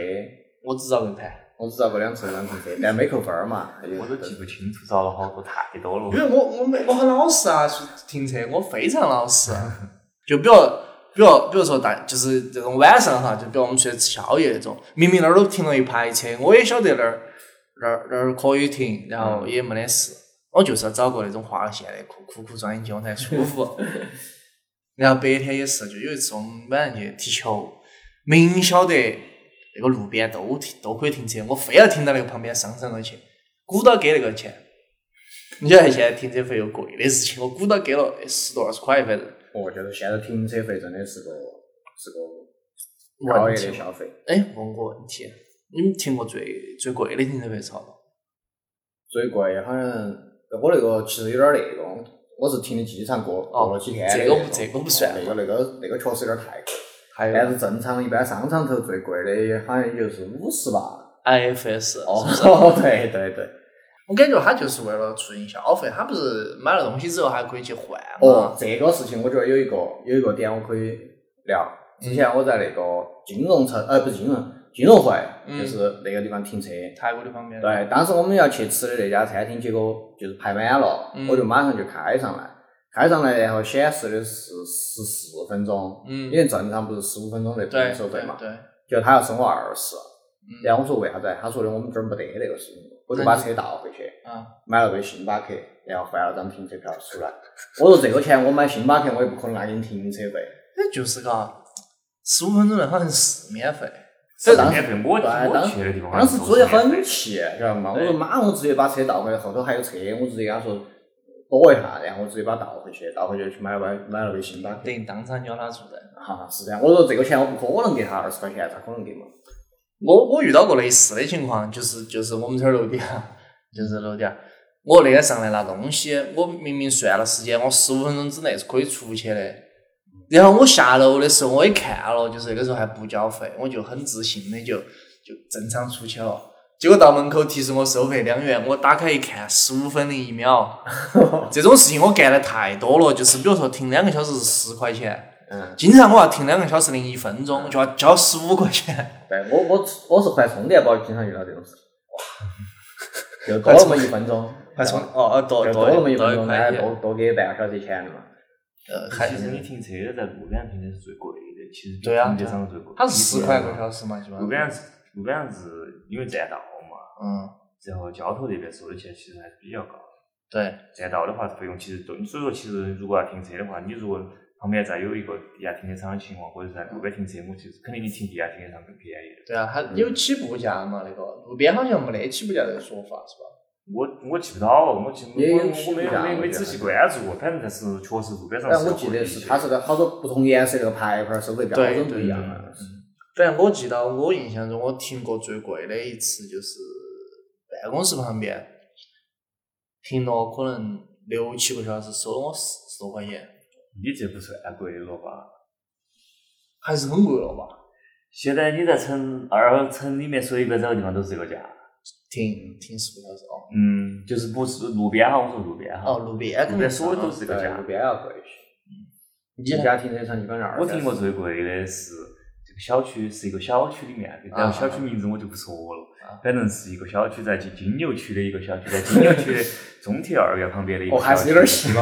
Speaker 1: 我只遭个盘。
Speaker 3: 我只遭过两次违 章停车，但没扣分儿嘛，也
Speaker 2: 我都记不清吐槽了好多太多
Speaker 1: 因
Speaker 2: 了，
Speaker 1: 为我我没我很老实啊，是停车我非常老实。啊就比如比如比如说大就是这种晚上哈，就比如我们出去吃宵夜那种，明明那儿都停了一排车，我也晓得那儿那儿那儿可以停，然后也没得事，我就是要找个那种划了线的酷酷酷钻进去我才舒服。然后白天也是，就有一次我们晚上去踢球，明晓得那个路边都停都可以停车，我非要停到那个旁边商场那去，鼓捣给那个钱。你晓得现在停车费又贵的事情，我鼓捣给了哎十多二十块一反正。
Speaker 3: 我觉得现在停车费真的是个是个高额
Speaker 1: 问
Speaker 3: 的
Speaker 1: 题
Speaker 3: 消费，
Speaker 1: 哎，问个问题，你们停过最最贵的停车费是多少？
Speaker 3: 最贵好像呃我那个其实有点儿那个，我是停的机场过
Speaker 1: 哦
Speaker 3: 过了几天的
Speaker 1: 这
Speaker 3: 那
Speaker 1: 个
Speaker 3: 种，哦
Speaker 1: 不这个不算
Speaker 3: 那个那个那个确实有点太贵，
Speaker 1: 还
Speaker 3: 但是正常一般商场头最贵的好像也就是五十吧。
Speaker 1: IFS，、
Speaker 3: 哦， 对对对，
Speaker 1: 我感觉他就是为了促进消费，他不是买了东西之后还可以去换吗？
Speaker 3: 哦，这个事情我觉得有一个有一个点我可以聊。
Speaker 1: 嗯
Speaker 3: 之前我在那个金融城，呃，不是金融金融汇，
Speaker 1: 嗯
Speaker 3: 就是那个地方停车，
Speaker 1: 泰国的方面，
Speaker 3: 对，当时我们要去吃的那家餐厅，结果就是排满了，
Speaker 1: 嗯
Speaker 3: 我就马上就开上来，开上来，然后显示的是十四分钟，
Speaker 1: 嗯
Speaker 3: 因为正常不是十五分钟那不能
Speaker 1: 对
Speaker 3: 收费嘛，
Speaker 1: 对，嗯对
Speaker 3: 就他要收我二十，
Speaker 1: 嗯，
Speaker 3: 然后我说为啥子？他说的我们这儿没得那个事情，我就
Speaker 1: 那
Speaker 3: 把
Speaker 1: 你
Speaker 3: 车倒回去，
Speaker 1: 啊，
Speaker 3: 买了杯星巴克，然后换了张停车票出来，我说这个钱我买星巴克我也不可能拿给你停车费，
Speaker 1: 那哎就是嘎，十五分钟内好像是免费，
Speaker 2: 这
Speaker 3: 当
Speaker 2: 两
Speaker 3: 时
Speaker 2: 天被我
Speaker 3: 对，
Speaker 2: 我
Speaker 3: 当
Speaker 2: 去的地方，
Speaker 3: 当时主
Speaker 2: 做
Speaker 3: 也很气，晓得嘛？我
Speaker 1: 对
Speaker 3: 说马上我直接把车倒回来，后头还有车，我直接跟他说躲一下，然后我直接把它倒回去，倒回去去买了杯买了杯星巴克。
Speaker 1: 等于当场就要他出来。
Speaker 3: 哈，是这样。我说这个钱我不可能给他二十块钱，咋可能给嘛？
Speaker 1: 我我遇到过类似的情况，就是就是我们这儿楼底下，就是楼底下，我那天上来拿东西，我明明算了时间，我十五分钟之内是可以出去的。然后我下楼的时候，我一看了，就是那个时候还不交费，我就很自信的就就正常出去了。结果到门口提示我收费两元，我打开一看，十五分零一秒。这种事情我干的太多了，就是比如说停两个小时是十块钱，
Speaker 3: 嗯，
Speaker 1: 经常我要停两个小时零一分钟，就要交十五块钱。
Speaker 3: 对我我我是换充电宝，经常遇到这种事情。又多那么一分钟，
Speaker 1: 还充哦哦多
Speaker 3: 又
Speaker 1: 多
Speaker 3: 多那么一分
Speaker 1: 多
Speaker 3: 钟，
Speaker 1: 块
Speaker 3: 那
Speaker 1: 钱
Speaker 3: 多多给半个小时钱了嘛。
Speaker 1: 呃还
Speaker 2: 其实你停车在路边停车是最贵的，其实比
Speaker 1: 对啊
Speaker 2: 停车场最贵。
Speaker 1: 它是十块个
Speaker 2: 时。
Speaker 1: 小时嘛，基本
Speaker 2: 路边
Speaker 1: 上
Speaker 2: 上是路边上是因为占道嘛，
Speaker 1: 嗯
Speaker 2: 然后交头那边收的钱其实还是比较高。
Speaker 1: 对
Speaker 2: 占道的话，费用其实都，所以说其实如果要停车的话，你如果旁边再有一个地下停车场的情况，或者是在路边停车，我其实肯定你停地下停车场更便宜的。
Speaker 1: 对啊，它有起步价嘛那个路边好像没得起步价这个说法是吧？
Speaker 2: 我我记不到，我记
Speaker 3: 也
Speaker 2: 我
Speaker 3: 有
Speaker 2: 我
Speaker 3: 起
Speaker 2: 我
Speaker 3: 步
Speaker 2: 没有
Speaker 3: 价
Speaker 2: 没
Speaker 3: 我
Speaker 2: 没
Speaker 3: 觉
Speaker 2: 仔
Speaker 3: 得
Speaker 2: 细关注过，反正但是确实路边上
Speaker 3: 但
Speaker 2: 是
Speaker 3: 我
Speaker 2: 有
Speaker 3: 记
Speaker 2: 贵
Speaker 3: 得
Speaker 2: 一
Speaker 3: 是
Speaker 2: 些
Speaker 3: 它是个好多不同颜色那个牌牌儿收费标
Speaker 1: 对
Speaker 3: 准不
Speaker 1: 对
Speaker 3: 一样啊。
Speaker 2: 嗯
Speaker 1: 反正我记得我印象中我停过最贵的一次就是办公室旁边停了可能六七个小时，收了我四十多块钱，
Speaker 2: 你这不算贵了吧？
Speaker 1: 还是很贵了吧？
Speaker 2: 现在你在城二城里面随便找个地方都是这个价。
Speaker 1: 停停十个小时哦。
Speaker 2: 嗯，就是不是路边哈，我说路边哈。
Speaker 1: 哦，路边
Speaker 2: 路
Speaker 1: 肯定
Speaker 2: 边
Speaker 1: 是
Speaker 2: 所有
Speaker 1: 啊
Speaker 2: 都是这个
Speaker 3: 嗯对，
Speaker 2: 价
Speaker 3: 路。边要贵一些。
Speaker 1: 你
Speaker 3: 一
Speaker 1: 呢
Speaker 3: 家停车场一般是二。
Speaker 2: 我听过最贵的是这个小区是一个小区里面的，
Speaker 1: 啊
Speaker 2: 然后小区名字我就不说了
Speaker 1: 啊，
Speaker 2: 反正是一个小区在金金牛区的一个小区，在金牛区的中铁二院旁边的一个
Speaker 3: 哦，
Speaker 2: 小区。
Speaker 3: 还是有点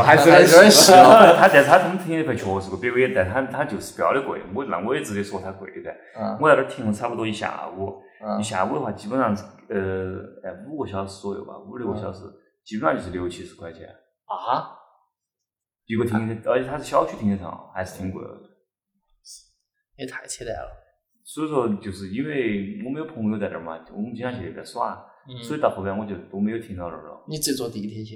Speaker 1: 还
Speaker 3: 细了，还是
Speaker 1: 是有啊点
Speaker 3: 细
Speaker 1: 细
Speaker 3: 了。
Speaker 1: 了
Speaker 2: 他但是他他们停车费确实贵，比我也，但他他就是标的贵，我那我也直接说他贵噻。
Speaker 1: 嗯
Speaker 2: 我在那儿停了差不多一下午，
Speaker 1: 嗯
Speaker 2: 一下午的话基本上呃哎五个小时左右吧，五六个小时，基本上就是六七十块钱
Speaker 1: 啊，
Speaker 2: 一个停车，而且它是小区停车场，还是挺贵的。
Speaker 1: 也太扯淡了。
Speaker 2: 所以说，就是因为我没有朋友在那儿嘛，我们经常去那边耍，
Speaker 1: 嗯
Speaker 2: 所以到后边我就都没有停到那儿了。
Speaker 1: 你直接坐地铁去，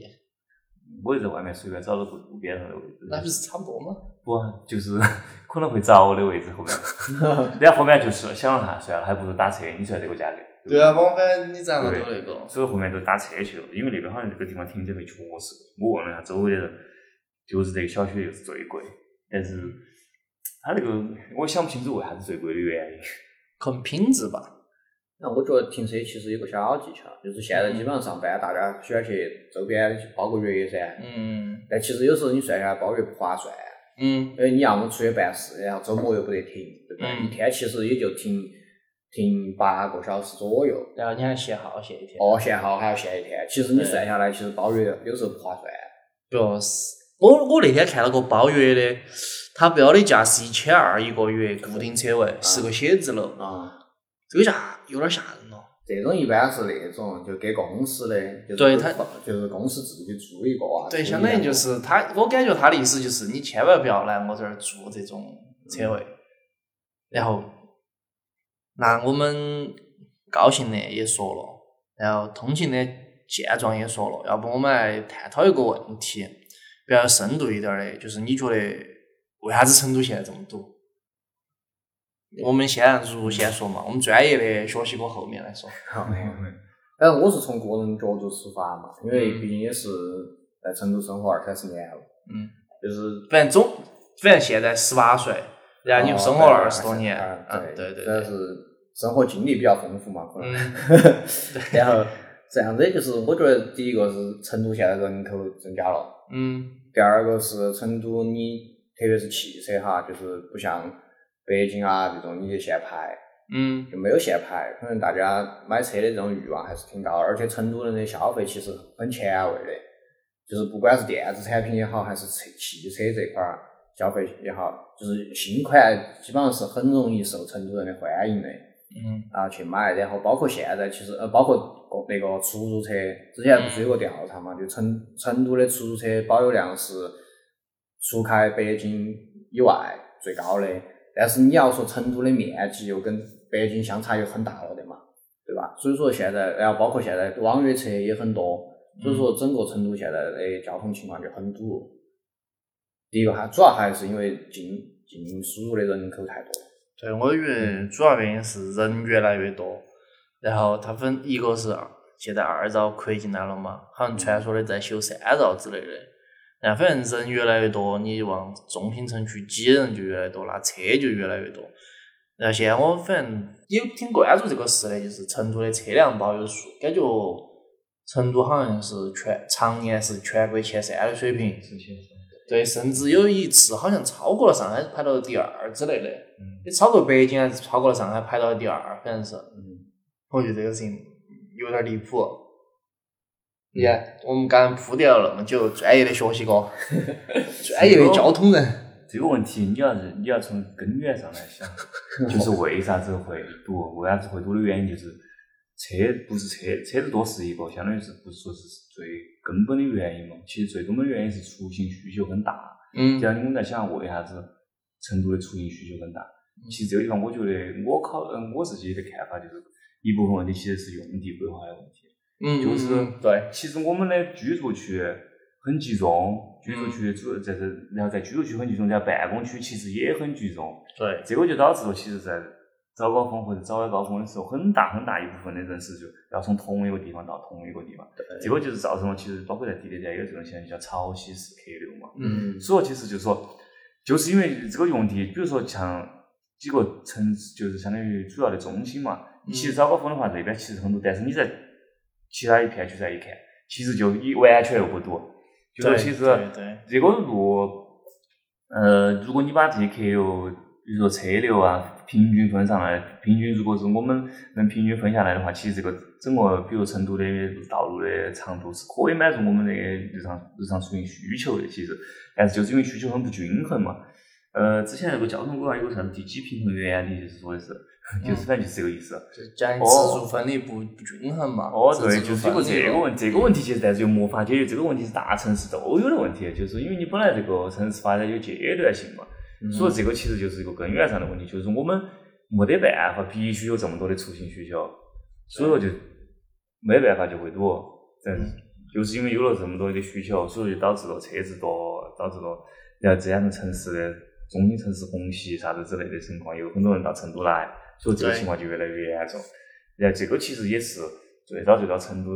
Speaker 2: 我也在外面随便找了个路边上的位置，
Speaker 1: 那不是差不多吗？
Speaker 2: 不就是 可能会着的位置 后面。然后后面就是想了下，算了，还不如打车，你算这个价格。不
Speaker 1: 对啊，往返你站了
Speaker 2: 对
Speaker 1: 都那个。
Speaker 2: 所以后面都打车去了，因为那边好像这个地方停车费确实，我问了一下周围的人，就是这个小区就是最贵，但是它那个我想不清楚为啥子最贵的原因。
Speaker 1: 可能品质吧。
Speaker 3: 那我觉得停车其实有个小技巧，就是现在基本上上班大家喜欢去周边去包个月噻，
Speaker 1: 嗯
Speaker 3: 但其实有时候你算下来包月不划算，
Speaker 1: 嗯
Speaker 3: 因为你要么出去办事，然后周末又不得停，对不对？
Speaker 1: 嗯
Speaker 3: 一天其实也就停停八个小时左右，
Speaker 1: 然后你还限号限一天。
Speaker 3: 哦，限号还要限一天，其实你算下来，其实包月有时候不划算。
Speaker 1: 不是，我我那天看了个包月的，它标的价是一千二一个月，固定车位，是个写字楼，
Speaker 3: 啊，
Speaker 1: 这个价有点吓人了。
Speaker 3: 这种一般是那种就给公司的，就是
Speaker 1: 对他
Speaker 3: 就是公司自己租一个啊，
Speaker 1: 对，
Speaker 3: 租一
Speaker 1: 相当于
Speaker 3: 两
Speaker 1: 就
Speaker 3: 个
Speaker 1: 是他，我感觉他的意思就是你千万不要来我这儿租这种车位，然后，那我们高兴的也说了，然后通勤的现状也说了，要不我们来探讨一个问题，比较深度一点儿的，就是你觉得为啥子成都现在这么堵？我们先按如先说嘛，我们专业的学习过后面来说。
Speaker 3: 好没有没有。但是我是从个人角度出发嘛，因为毕竟也是在成都生活二三十年了，
Speaker 1: 嗯，
Speaker 3: 就是
Speaker 1: 反正总，反正现在十八岁，然
Speaker 3: 哦
Speaker 1: 后你又生活了哦二十多年，
Speaker 3: 啊
Speaker 1: 嗯，对对
Speaker 3: 主要
Speaker 1: 对，
Speaker 3: 是生活经历比较丰富嘛，可能。
Speaker 1: 嗯
Speaker 3: 然后这样子，就是我觉得第一个是成都现在人口增加了，
Speaker 1: 嗯
Speaker 3: 第二个是成都你特别是汽车哈，就是不像北京啊这种你去限牌，
Speaker 1: 嗯，
Speaker 3: 就没有限牌，可能大家买车的这种欲望还是挺高，而且成都人的消费其实很前卫的，就是不管是电子产品也好，还是车汽车这块儿消费也好，就是新款基本上是很容易受成都人的欢迎的
Speaker 1: 嗯
Speaker 3: 啊去买，然后包括现在其实呃包括公那个出租车，之前不是有个调查嘛，就成成都的出租车保有量是除开北京以外最高的，但是你要说成都的面积又跟北京相差又很大了的嘛，对吧？所以说现在，然后包括现在网约车也很多，所以说整个成都现在的交通情况就很堵。第一个还主要还是因为进进输入的人口太多，
Speaker 1: 对，我以为主要原因是人越来越多，然后它分一个是二现在二绕扩进来了嘛，好像传说的在修三绕之类的，然后反正人越来越多，你往中心城区挤人就越来越多，那车就越来越多。然后现在我反正也挺关注这个事的，就是成都的车辆保有数，感觉成都好像是全常年是全国前三的水平，对，甚至有一次好像超过了上海，排到了第二之类的，
Speaker 2: 嗯
Speaker 1: 也超过北京还是超过了上海，排到了第二，反正是，
Speaker 3: 嗯，
Speaker 2: 嗯
Speaker 1: 我觉得这个事情有点离谱。你看，我们刚刚铺垫了那么久，专业的学习哥，专业的哎 交通人，
Speaker 2: 这个问题你要是你要从根源上来想，就是为啥子会堵？为啥子会堵的原因就是车不是车车子多是一个，相当于是不是说是最根本的原因嘛？其实最根本的原因是出行需求很大。
Speaker 1: 嗯
Speaker 2: 既，然你们在想为啥子成都的出行需求很大，其实这个地方我觉得我考嗯我自己的看法就是一部分问题其实是用地规划的问题。
Speaker 1: 嗯，
Speaker 2: 就是
Speaker 1: 嗯对，
Speaker 2: 其实我们的居住区很集中，居住区主要在这，然后在居住区很集中，在办公区其实也很集中。
Speaker 1: 对，
Speaker 2: 这个就导致了，其实在早高峰或者早晚高峰的时候，很大很大一部分的人是就要从同一个地方到同一个地方，这个就是造成了其实包括在地铁站也有这种现象，叫潮汐式客流嘛。
Speaker 1: 嗯，
Speaker 2: 所以其实就是说，就是因为这个用地，比如说像几个城市，就是相当于主要的中心嘛。
Speaker 1: 嗯
Speaker 2: 其实早高峰的话，这边其实很多，但是你在其他一片区再一看，其实就一完全又不堵。就是
Speaker 1: 对
Speaker 2: 其实
Speaker 1: 对对
Speaker 2: 这个路，呃，如果你把这些客流，比如说车流啊，平均分上来，平均如果是我们能平均分下来的话，其实这个整个比如成都的道路的长度是可以满足我们的日常日常出行需求的。其实，但是就是因为需求很不均衡嘛。呃，之前那个交通规划有个啥子第几平衡原理，就是说的是， 就是反正就是这个意思。
Speaker 1: 就讲自主分离不不均衡嘛。
Speaker 2: 哦，
Speaker 1: 自
Speaker 2: 对，
Speaker 1: 主
Speaker 2: 就是
Speaker 1: 分
Speaker 2: 有个
Speaker 1: 离
Speaker 2: 这个
Speaker 1: 了
Speaker 2: 问这个问题，其实但是又没法解决。这个问题是大城市都有的问题，就是因为你本来这个城市发展有阶段性嘛，
Speaker 1: 嗯
Speaker 2: 所以这个其实就是一个根源上的问题，就是我们没得办法，必须有这么多的出行需求，所以说就没办法就会堵。但是就是因为有了这么多的需求，所以就导致了车子多，导致了然后这样的城市的中心城市虹吸啥子之类的情况，有很多人到成都来，所以这个
Speaker 1: 对
Speaker 2: 情况就越来越严重。然后这个其实也是最早最早成都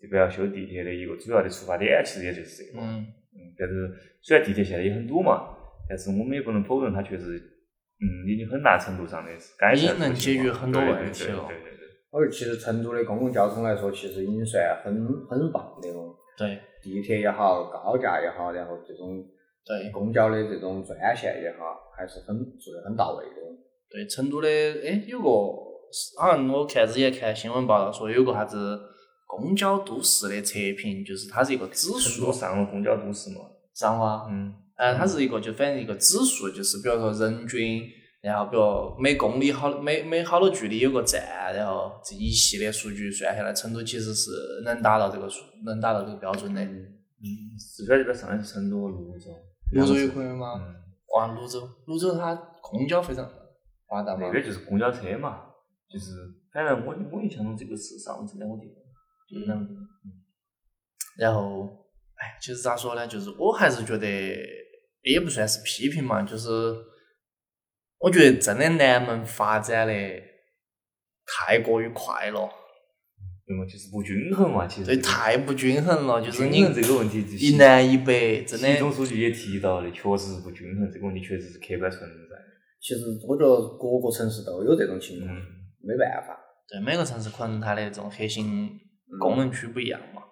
Speaker 2: 这边要修地铁的一个主要的出发点，其实也就是这个。
Speaker 1: 嗯，
Speaker 2: 嗯，但是虽然地铁现在也很堵嘛，但是我们也不能否认它确实，嗯，已经很大程度上的是改善
Speaker 1: 已经
Speaker 2: 这个
Speaker 1: 能
Speaker 2: 情
Speaker 1: 解决
Speaker 2: 况
Speaker 1: 很多
Speaker 2: 对
Speaker 1: 问
Speaker 2: 对
Speaker 1: 题
Speaker 2: 对
Speaker 1: 了
Speaker 2: 对对对
Speaker 3: 而其实成都的公共交通来说，其实已经算很很棒的了。
Speaker 1: 对
Speaker 3: 地铁也好，高架也好，然后这种
Speaker 1: 对
Speaker 3: 公交的这种专线也好，还是很做的很到位的。
Speaker 1: 对，成都的哎有个，好像我看之前看新闻报道说有个啥子公交都市的测评，就是它是一个指
Speaker 2: 成
Speaker 1: 数，
Speaker 2: 都上了公交都市嘛，
Speaker 1: 上哇，
Speaker 2: 嗯，
Speaker 1: 嗯，它是一个就反正一个指数，就是比如说人均，然后比如每公里好每每好多距离有个站，然后这一系列数据算下来，成都其实是能达到这个数，能达到这个标准的。
Speaker 2: 嗯四川这边上的是成都、泸州，
Speaker 1: 泸州也可以吗？
Speaker 2: 嗯，
Speaker 1: 哇，泸州，泸州它公交非常发达嘛
Speaker 2: 那，边就是公交车嘛，就是反正我我印象中这个是上这两个地方，就是两个地方。
Speaker 1: 然后，哎，其实咋说呢，就是我还是觉得也不算是批评嘛，就是我觉得真的南门发展的太过于快了，
Speaker 2: 那么就是不均衡嘛，其实
Speaker 1: 对，太不均衡了，就是你
Speaker 2: 均衡这个问题就
Speaker 1: 一南一北，真
Speaker 2: 习总
Speaker 1: 的，
Speaker 2: 书记也提到的，确实是不均衡，这个问题确实是客观存在的。
Speaker 3: 其实我觉得各个城市都有这种情况，
Speaker 2: 嗯，
Speaker 3: 没办法。
Speaker 1: 对，每个城市可能它的这种核心
Speaker 3: 嗯
Speaker 1: 功能区不一样嘛。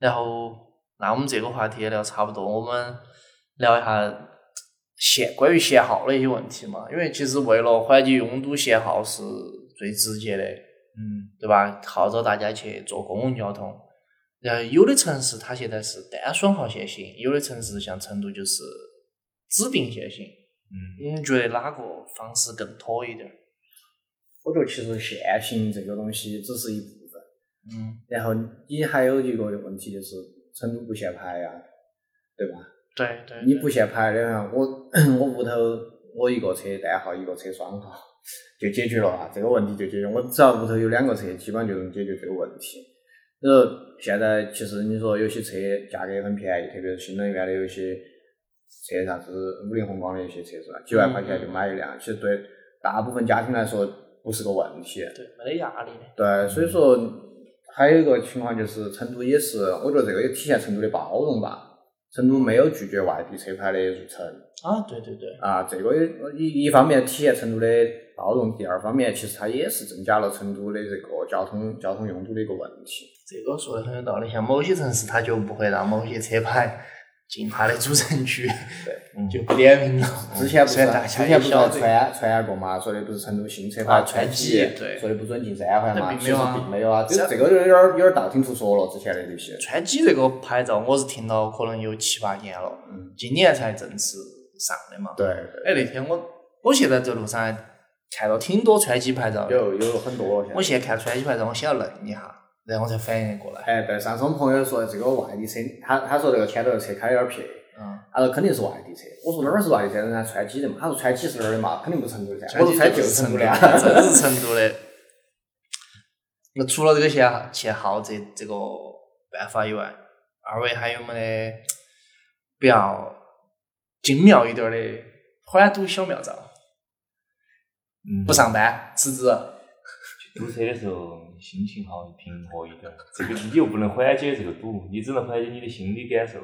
Speaker 1: 然后，那我们这个话题也聊差不多，我们聊一下限关于限号的一些问题嘛。因为其实为了缓解拥堵，限号是最直接的，
Speaker 2: 嗯，
Speaker 1: 对吧？号召大家去坐公共交通。然后有的城市它现在是单双号限行，有的城市像成都就是指定限行。
Speaker 2: 嗯，
Speaker 1: 你们觉得哪个方式更妥一点？
Speaker 3: 我觉得其实限行这个东西只是一部分，
Speaker 1: 嗯，
Speaker 3: 然后你还有一个问题就是成都不限牌呀、对吧？
Speaker 1: 对对，
Speaker 3: 你不限牌的话，啊我 我屋头我一个车单号，一个车双号，就解决了啊，这个问题就解决。我只要屋头有两个车，基本上就能解决这个问题。然后现在其实你说有些车价格也很便宜，特别是新能源的有些车，啥子五菱宏光的一些车是吧？几万块
Speaker 1: 嗯
Speaker 3: 钱就买一辆，其实对大部分家庭来说不是个问题。
Speaker 1: 对没得压力的。
Speaker 3: 对，所以说还有一个情况就是成都也是，我觉得这个也体现成都的包容吧。成都没有拒绝外地车牌的入城
Speaker 1: 啊，对对对，
Speaker 3: 啊，这个也一一方面体现成都的包容，第二方面其实它也是增加了成都的这个交通交通拥堵的一个问题。
Speaker 1: 这个说的很有道理。像某些城市，它就不会让某些车牌进他的主城区，
Speaker 2: 嗯
Speaker 1: 就不点名了。
Speaker 3: 之前不是
Speaker 1: 嗯虽
Speaker 3: 啊
Speaker 1: 然大家
Speaker 3: 之前
Speaker 1: 也
Speaker 3: 不是
Speaker 1: 晓得，
Speaker 3: 传传过嘛，说的不是成都新车
Speaker 1: 啊
Speaker 3: 环
Speaker 1: 川
Speaker 3: 川
Speaker 1: 西
Speaker 3: 西
Speaker 1: 对，
Speaker 3: 说的不准进三环嘛，
Speaker 1: 但
Speaker 3: 其
Speaker 1: 并没
Speaker 3: 实
Speaker 1: 有啊
Speaker 3: 并没有啊，这这个有点有点道听途说了，之前的这些。
Speaker 1: 川机这个牌照我是听到可能有七八年了，
Speaker 3: 嗯，
Speaker 1: 今年才正式上的嘛。
Speaker 3: 对，
Speaker 1: 哎，那天我我现在在路上还看到挺多川机牌照的，
Speaker 3: 有有很多了现
Speaker 1: 我
Speaker 3: 在。
Speaker 1: 现在看川西牌照，我先要愣一下，然后我才反应过 来。
Speaker 3: 哎，对，上次我们朋友说这个外地车，他他说这个前头的车开的有点撇，
Speaker 1: 嗯，
Speaker 3: 他说肯定是外地车。我说哪儿是外地车？人家川西的嘛。他说川西是哪儿的嘛？肯定不是成都的噻。我说川西就是成都的啊。
Speaker 1: 真是成都的。 那除了这个限限号这这个办法以外，二位还有没得比较精妙一点的缓堵小妙招？
Speaker 2: 嗯
Speaker 1: 不上班辞职，
Speaker 2: 堵车的时候心情好平和一点，这个你又不能缓解这个堵，你只能缓解你的心理感受。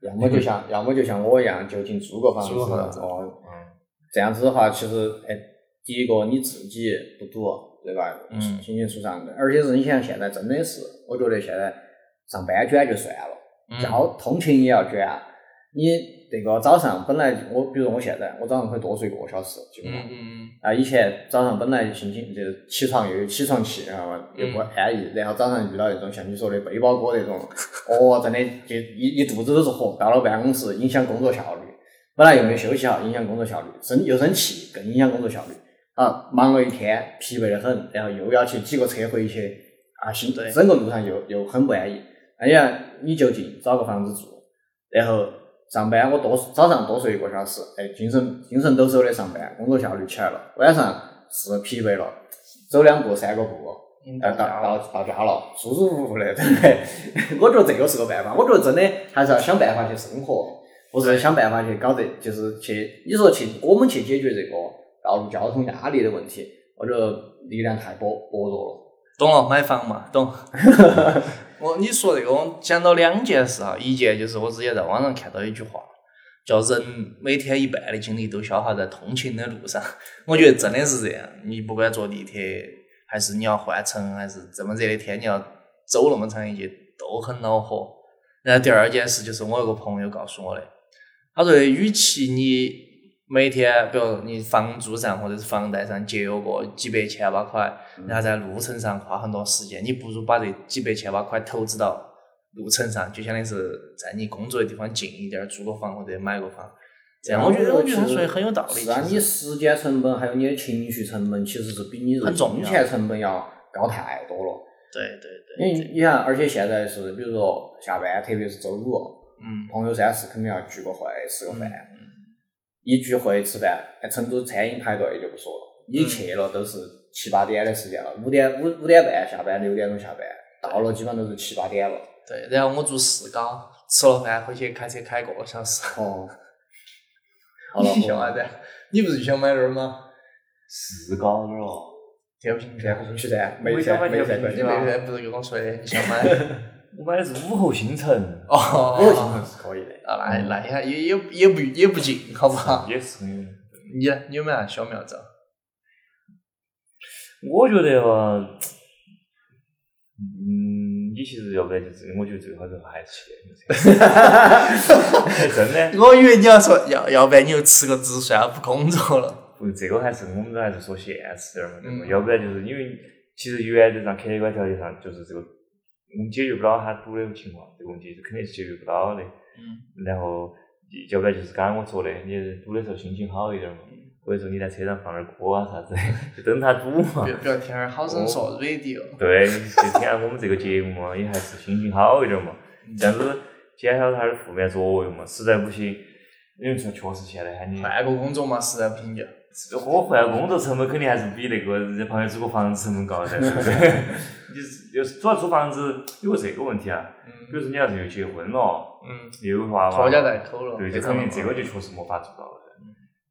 Speaker 3: 要么就像，要么就像我一样，就近租个房子，
Speaker 1: 租个房子
Speaker 3: 哦，
Speaker 2: 嗯，
Speaker 3: 这样子的话，其实，哎，第一个你自己不堵，对吧？
Speaker 1: 嗯
Speaker 3: 心情舒畅的。而且是你像现在真的是，我觉得现在上班卷就算了，
Speaker 1: 嗯
Speaker 3: 交、通勤也要卷。啊你这个早上本来我，比如我现在，我早上可以多睡一个小时，基本上
Speaker 1: 嗯嗯
Speaker 3: 啊，以前早上本来心情就是起床又有起床气，然后又不安逸，然后早上遇到那种像你说的背包哥那种，哦，真的就一一肚子都是火，到了办公室影响工作效率，本来又没休息好，影响工作效率，生又生气，更影响工作效率。啊，忙了一天，疲惫得很，然后又要去挤个车回去，啊，心
Speaker 1: 对
Speaker 3: 整个路上又又很不安逸。哎呀，你就近找个房子住，然后上班我多早上多睡一个小时，哎，精神精神抖擞的上班，工作效率起来了。晚上是疲惫了，走两步三个步，
Speaker 1: 嗯，
Speaker 3: 哎，到到到家了，舒舒服服的，对 不对？我觉得这个是个办法，我觉得真的还是要想办法去生活，不是想办法去搞这，就是去你说去我们去解决这个道路交通压力的问题，我觉得力量太薄薄弱了。
Speaker 1: 懂了，买房嘛， 懂。我你说这个，我想到两件事啊，一件就是我之前在网上看到一句话，叫“人每天一半的精力都消耗在通勤的路上”，我觉得真的是这样。你不管坐地铁，还是你要换乘，还是这么热的天你要走那么长一截，都很恼火。然后第二件事就是我有个朋友告诉我的，他说，与其你每天，比如你房租上或者是房贷上节约个几百千把块，然后在路程上花很多时间，你不如把这几百千把块投资到路程上，就相当于是在你工作的地方近一点，租个房或者买个房。这样，我觉得啊我觉得他说的很有道理。
Speaker 3: 是啊，
Speaker 1: 其实
Speaker 3: 你时间成本还有你的情绪成本，其实是比你的
Speaker 1: 很重要
Speaker 3: 金钱成本要高太多了。
Speaker 1: 对对
Speaker 3: 因
Speaker 1: 对，
Speaker 3: 为你看，而且现在是比如说下班，特别是周五，
Speaker 1: 嗯，
Speaker 3: 朋友三四肯定要聚个会，吃个
Speaker 1: 嗯
Speaker 3: 饭。一聚会吃饭，哎，成都餐饮排队就不说了，你
Speaker 1: 嗯
Speaker 3: 去了都是七八点的时间了，五点五五点半下班，六点钟下班，到了基本上都是七八点了。
Speaker 1: 对。然后我住四高，吃了饭回去开车开个小时。
Speaker 3: 哦，好 了，
Speaker 1: 你笑啥子？你不是想买那儿吗？
Speaker 2: 是高点儿哦。
Speaker 1: 天平
Speaker 3: 然后去噻，
Speaker 2: 我
Speaker 3: 没
Speaker 2: 想
Speaker 3: 噻，
Speaker 2: 买
Speaker 3: 没
Speaker 2: 条
Speaker 3: 噻，
Speaker 2: 冰
Speaker 3: 关
Speaker 1: 你
Speaker 3: 键
Speaker 2: 淇淋
Speaker 1: 那天不是跟我说的你想买？
Speaker 2: 我买的是武侯新城，
Speaker 3: 我经
Speaker 1: 哦
Speaker 3: 常，是可以的。
Speaker 1: 啊，那那也还也也也不也不近，好不好？
Speaker 2: 也是很有名。
Speaker 1: 你呢你有没有啥小妙招？
Speaker 2: 我觉得吧，嗯，你其实要不然就是，我觉得最好就还是去。哎真的，
Speaker 1: 我以为你要说要，要不然你就吃个紫算了，不工作了。
Speaker 2: 不，这个还是我们还是说现实点儿嘛，对吧
Speaker 1: 嗯
Speaker 2: 要不然就是因为其实原则上客观条件上就是这个，我们解决不了他堵的情况，这个问题是肯定是解决不了的。
Speaker 1: 嗯，
Speaker 2: 然后要不然就是刚刚我说的，你堵的时候心情好一点嘛，
Speaker 1: 嗯
Speaker 2: 或者说你在车上放点儿歌啊啥子，就等他堵嘛
Speaker 1: 比。如比如听点好生说 radio，
Speaker 2: 对，就听下我们这个节目嘛，也还是心情好一点嘛，
Speaker 1: 嗯
Speaker 2: 这样子减少它的负面作用嘛。实在不行，因为说确实现在喊你
Speaker 1: 换个工作嘛，实在不行就。
Speaker 2: 我换哎工作成本肯定还是比那个人家旁边租个房子成本高噻，对不对？你是就是主要租房子有这个问题啊，比如
Speaker 1: 嗯
Speaker 2: 说你要是又结婚了，
Speaker 1: 嗯，
Speaker 2: 又有娃娃，
Speaker 1: 拖家带口了。
Speaker 2: 对，
Speaker 1: 非
Speaker 2: 就肯
Speaker 1: 常
Speaker 2: 定这个就确实没法做到了。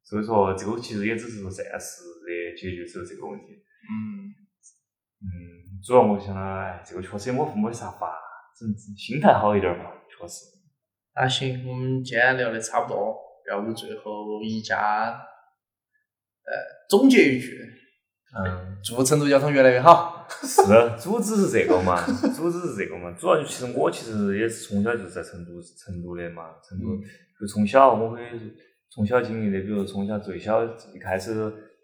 Speaker 2: 所以说，这个其实也只是说暂时的解决走这个问题。
Speaker 1: 嗯，
Speaker 2: 嗯，主要我想到，哎，这个确实我没啥法，只能心态好一点吧，确实。
Speaker 1: 那啊行，我们今天聊的差不多，要不最后一家，呃，总结一句，
Speaker 2: 嗯，
Speaker 1: 祝成都交通越来越好。
Speaker 2: 是，主旨是这个嘛，主旨是这个嘛。主要就其实我其实也是从小就是在成都成都的嘛，成
Speaker 1: 嗯
Speaker 2: 都就从小我会从小经历的，比如从小最小一开始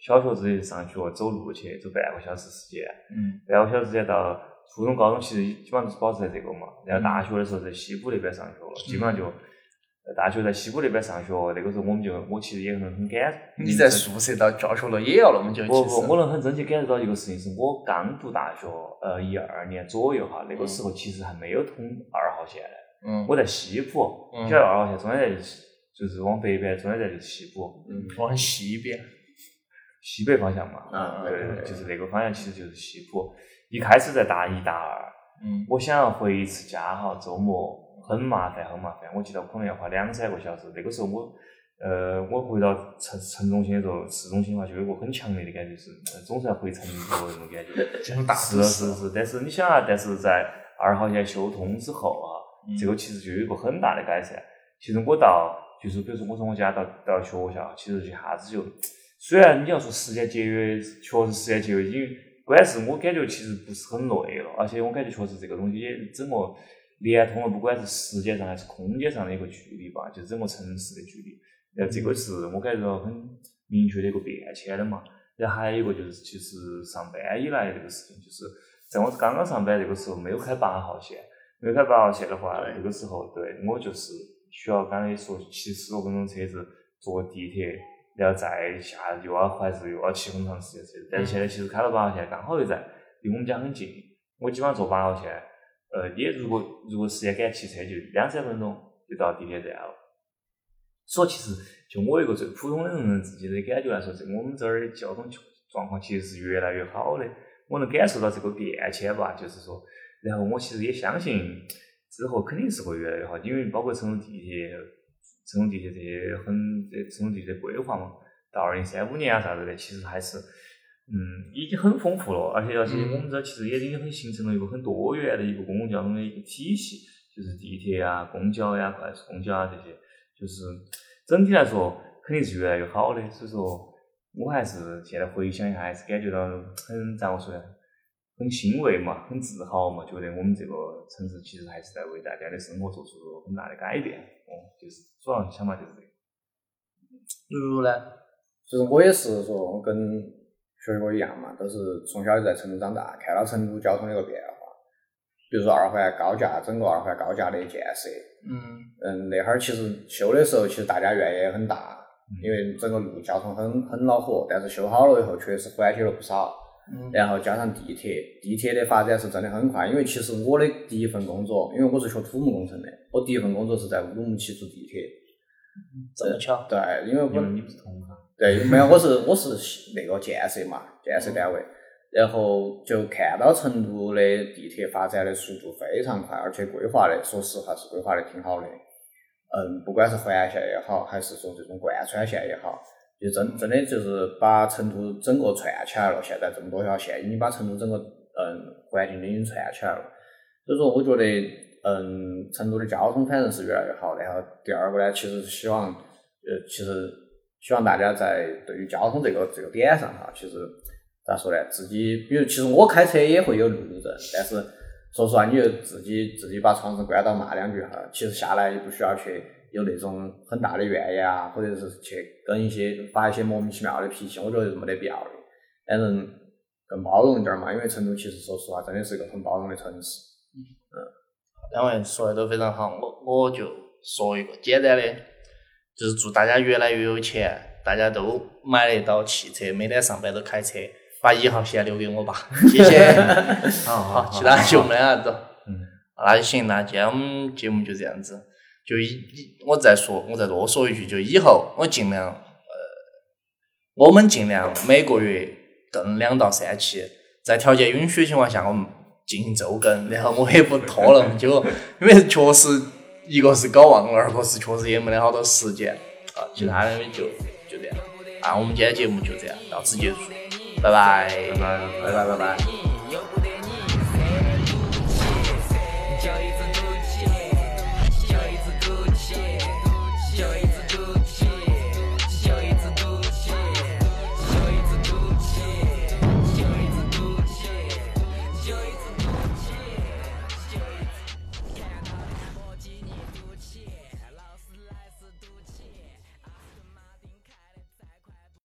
Speaker 2: 小学直接上学走路去，走半个小时时间，
Speaker 1: 嗯
Speaker 2: 半个小时时间到初中、高中其实基本上是保持在这个嘛。然后大
Speaker 1: 嗯
Speaker 2: 学的时候在西湖那边上学，基本上就。呃大学在西湖那边上学，那个时候我们就我其实也很很感。
Speaker 1: 你在宿舍到教学了也要那么久，其
Speaker 2: 不不，
Speaker 1: 实
Speaker 2: 我能很真切感受到一个事情，是我刚读大学，呃，一二年左右哈，那个时候其实还没有通二号线的。
Speaker 1: 嗯，
Speaker 2: 我在西浦，
Speaker 1: 嗯
Speaker 2: 晓得二号线中间在就是往北边，中间在西浦
Speaker 3: 嗯
Speaker 1: 往西边，
Speaker 2: 西北方向嘛。
Speaker 3: 啊
Speaker 2: 对对
Speaker 3: 对对
Speaker 2: 对，就是那个方向，其实就是西浦。一开始在大一、大二，
Speaker 1: 嗯
Speaker 2: 我想要回一次家哈，周末很麻烦，很麻烦。我记得可能要花两三个小时。那个时候我，呃，我回到城城中心的时候，市中心的话，就有一个很强烈的感觉是，呃总是要回城里头那种感觉。
Speaker 1: 这种大
Speaker 2: 是
Speaker 1: 都
Speaker 2: 的
Speaker 1: 市
Speaker 2: 是的是的，但是你想啊，但是在二号线修通之后啊，
Speaker 1: 嗯
Speaker 2: 这个其实就有一个很大的改善。其实我到就是比如说我从我家到到学校，其实一下子就，虽然你要说时间节约，确实时间节约，因为关键是我感觉其实不是很累了，而且我感觉确实这个东西也整个连通了，不管是时间上还是空间上的一个距离吧，就是整个城市的距离。然后这个是我感觉到很明确的一个变迁的嘛。然后还有一个就是，其实上班以来这个事情，就是在我刚刚上班这个时候没有开八号线，没有开八号线的话，那个时候对我就是需要刚才也说骑十多分钟车子，坐地铁，然后再下又要还是又要骑很长时间车子。但是现在其实开了八号线，刚好又在离我们家很近，我基本上坐八号线，呃，也如果如果时间赶骑车就两三分钟就到地铁站了。所以其实就我一个最普通的人自己的感觉来说，这我们这儿的交通状况其实是越来越好的，我能感受到这个变迁吧，就是说，然后我其实也相信之后肯定是会越来越好，因为包括成都地铁、成都地铁这些很这成都地铁的规划嘛，到二零三五年啊啥子的，其实还是。嗯，已经很丰富了，而且而且
Speaker 1: 嗯
Speaker 2: 我们这儿其实也已经很形成了一个很多元的一个公共交通的一个体系，就是地铁啊、公交呀、快速公交啊这些，就是整体来说肯定是越来越好的。所以说，我还是现在回想一下，还是感觉到很咋个说呢，很欣慰嘛，很自豪嘛，觉得我们这个城市其实还是在为大家的生活做出了很大的改变。哦，就是主要想法就是这个。
Speaker 1: 如呢？
Speaker 3: 就是我也是说，我跟学哥一样嘛，都是从小就在成都长大，看到成都交通的一个变化，比如说二环高架，整个二环高架的建设，
Speaker 1: 嗯
Speaker 3: 嗯，那会儿其实修的时候，其实大家怨言也很大，
Speaker 2: 嗯
Speaker 3: 因为整个路交通很很恼火，但是修好了以后，确实缓解了不少。
Speaker 1: 嗯
Speaker 3: 然后加上地铁，地铁的发展是真的很快。因为其实我的第一份工作，因为我是学土木工程的，我第一份工作是在乌鲁木齐做地铁。
Speaker 1: 这么巧，
Speaker 3: 对，因为
Speaker 2: 因为
Speaker 3: 我
Speaker 2: 你不是同行，
Speaker 3: 对没有，我是我是那个建设嘛，建设单位。然后就看到成都的地铁发展的速度非常快，而且规划的，说实话是规划的挺好的。嗯，不管是环线也好，还是说这种贯穿线也好，就真真的就是把成都整个串起来了。现在这么多条线，已经把成都整个嗯环境都已经串起来了。所以说，我觉得嗯成都的交通反正是越来越好。然后第二个呢，其实希望呃其实希望大家在对于交通这个这个点上哈，其实咋说呢，自己比如其实我开车也会有路怒症，但是。说实话，你就自己自己把窗子关到骂两句哈，其实下来也不需要去有那种很大的怨言啊，或者是去跟一些发一些莫名其妙的脾气，我觉得是没得必要的。反正更包容一点嘛，因为成都其实说实话真的是一个很包容的城市。
Speaker 1: 两位说的都非常好，我我就说一个简单的，就是祝大家越来越有钱，大家都买得到汽车，每天上班都开车，把一号线留给我吧，谢谢。
Speaker 2: 好啊好
Speaker 1: 好，其他就没啥子。
Speaker 2: 嗯，
Speaker 1: 啊那就行，那今天我们节目就这样子。就以以我再说，我再多说一句，就以后我尽量呃，我们尽量每个月更两到三期，在条件允许的情况下，我们进行周更，然后我也不拖那么久，因为确实一个是搞忘了，二个是确实也没得好多时间啊。其他的就就这样，啊，我们今天节目就这样到此结束，拜拜
Speaker 2: 拜拜拜拜。
Speaker 3: 拜拜
Speaker 4: 拜
Speaker 3: 拜拜。
Speaker 4: 拜。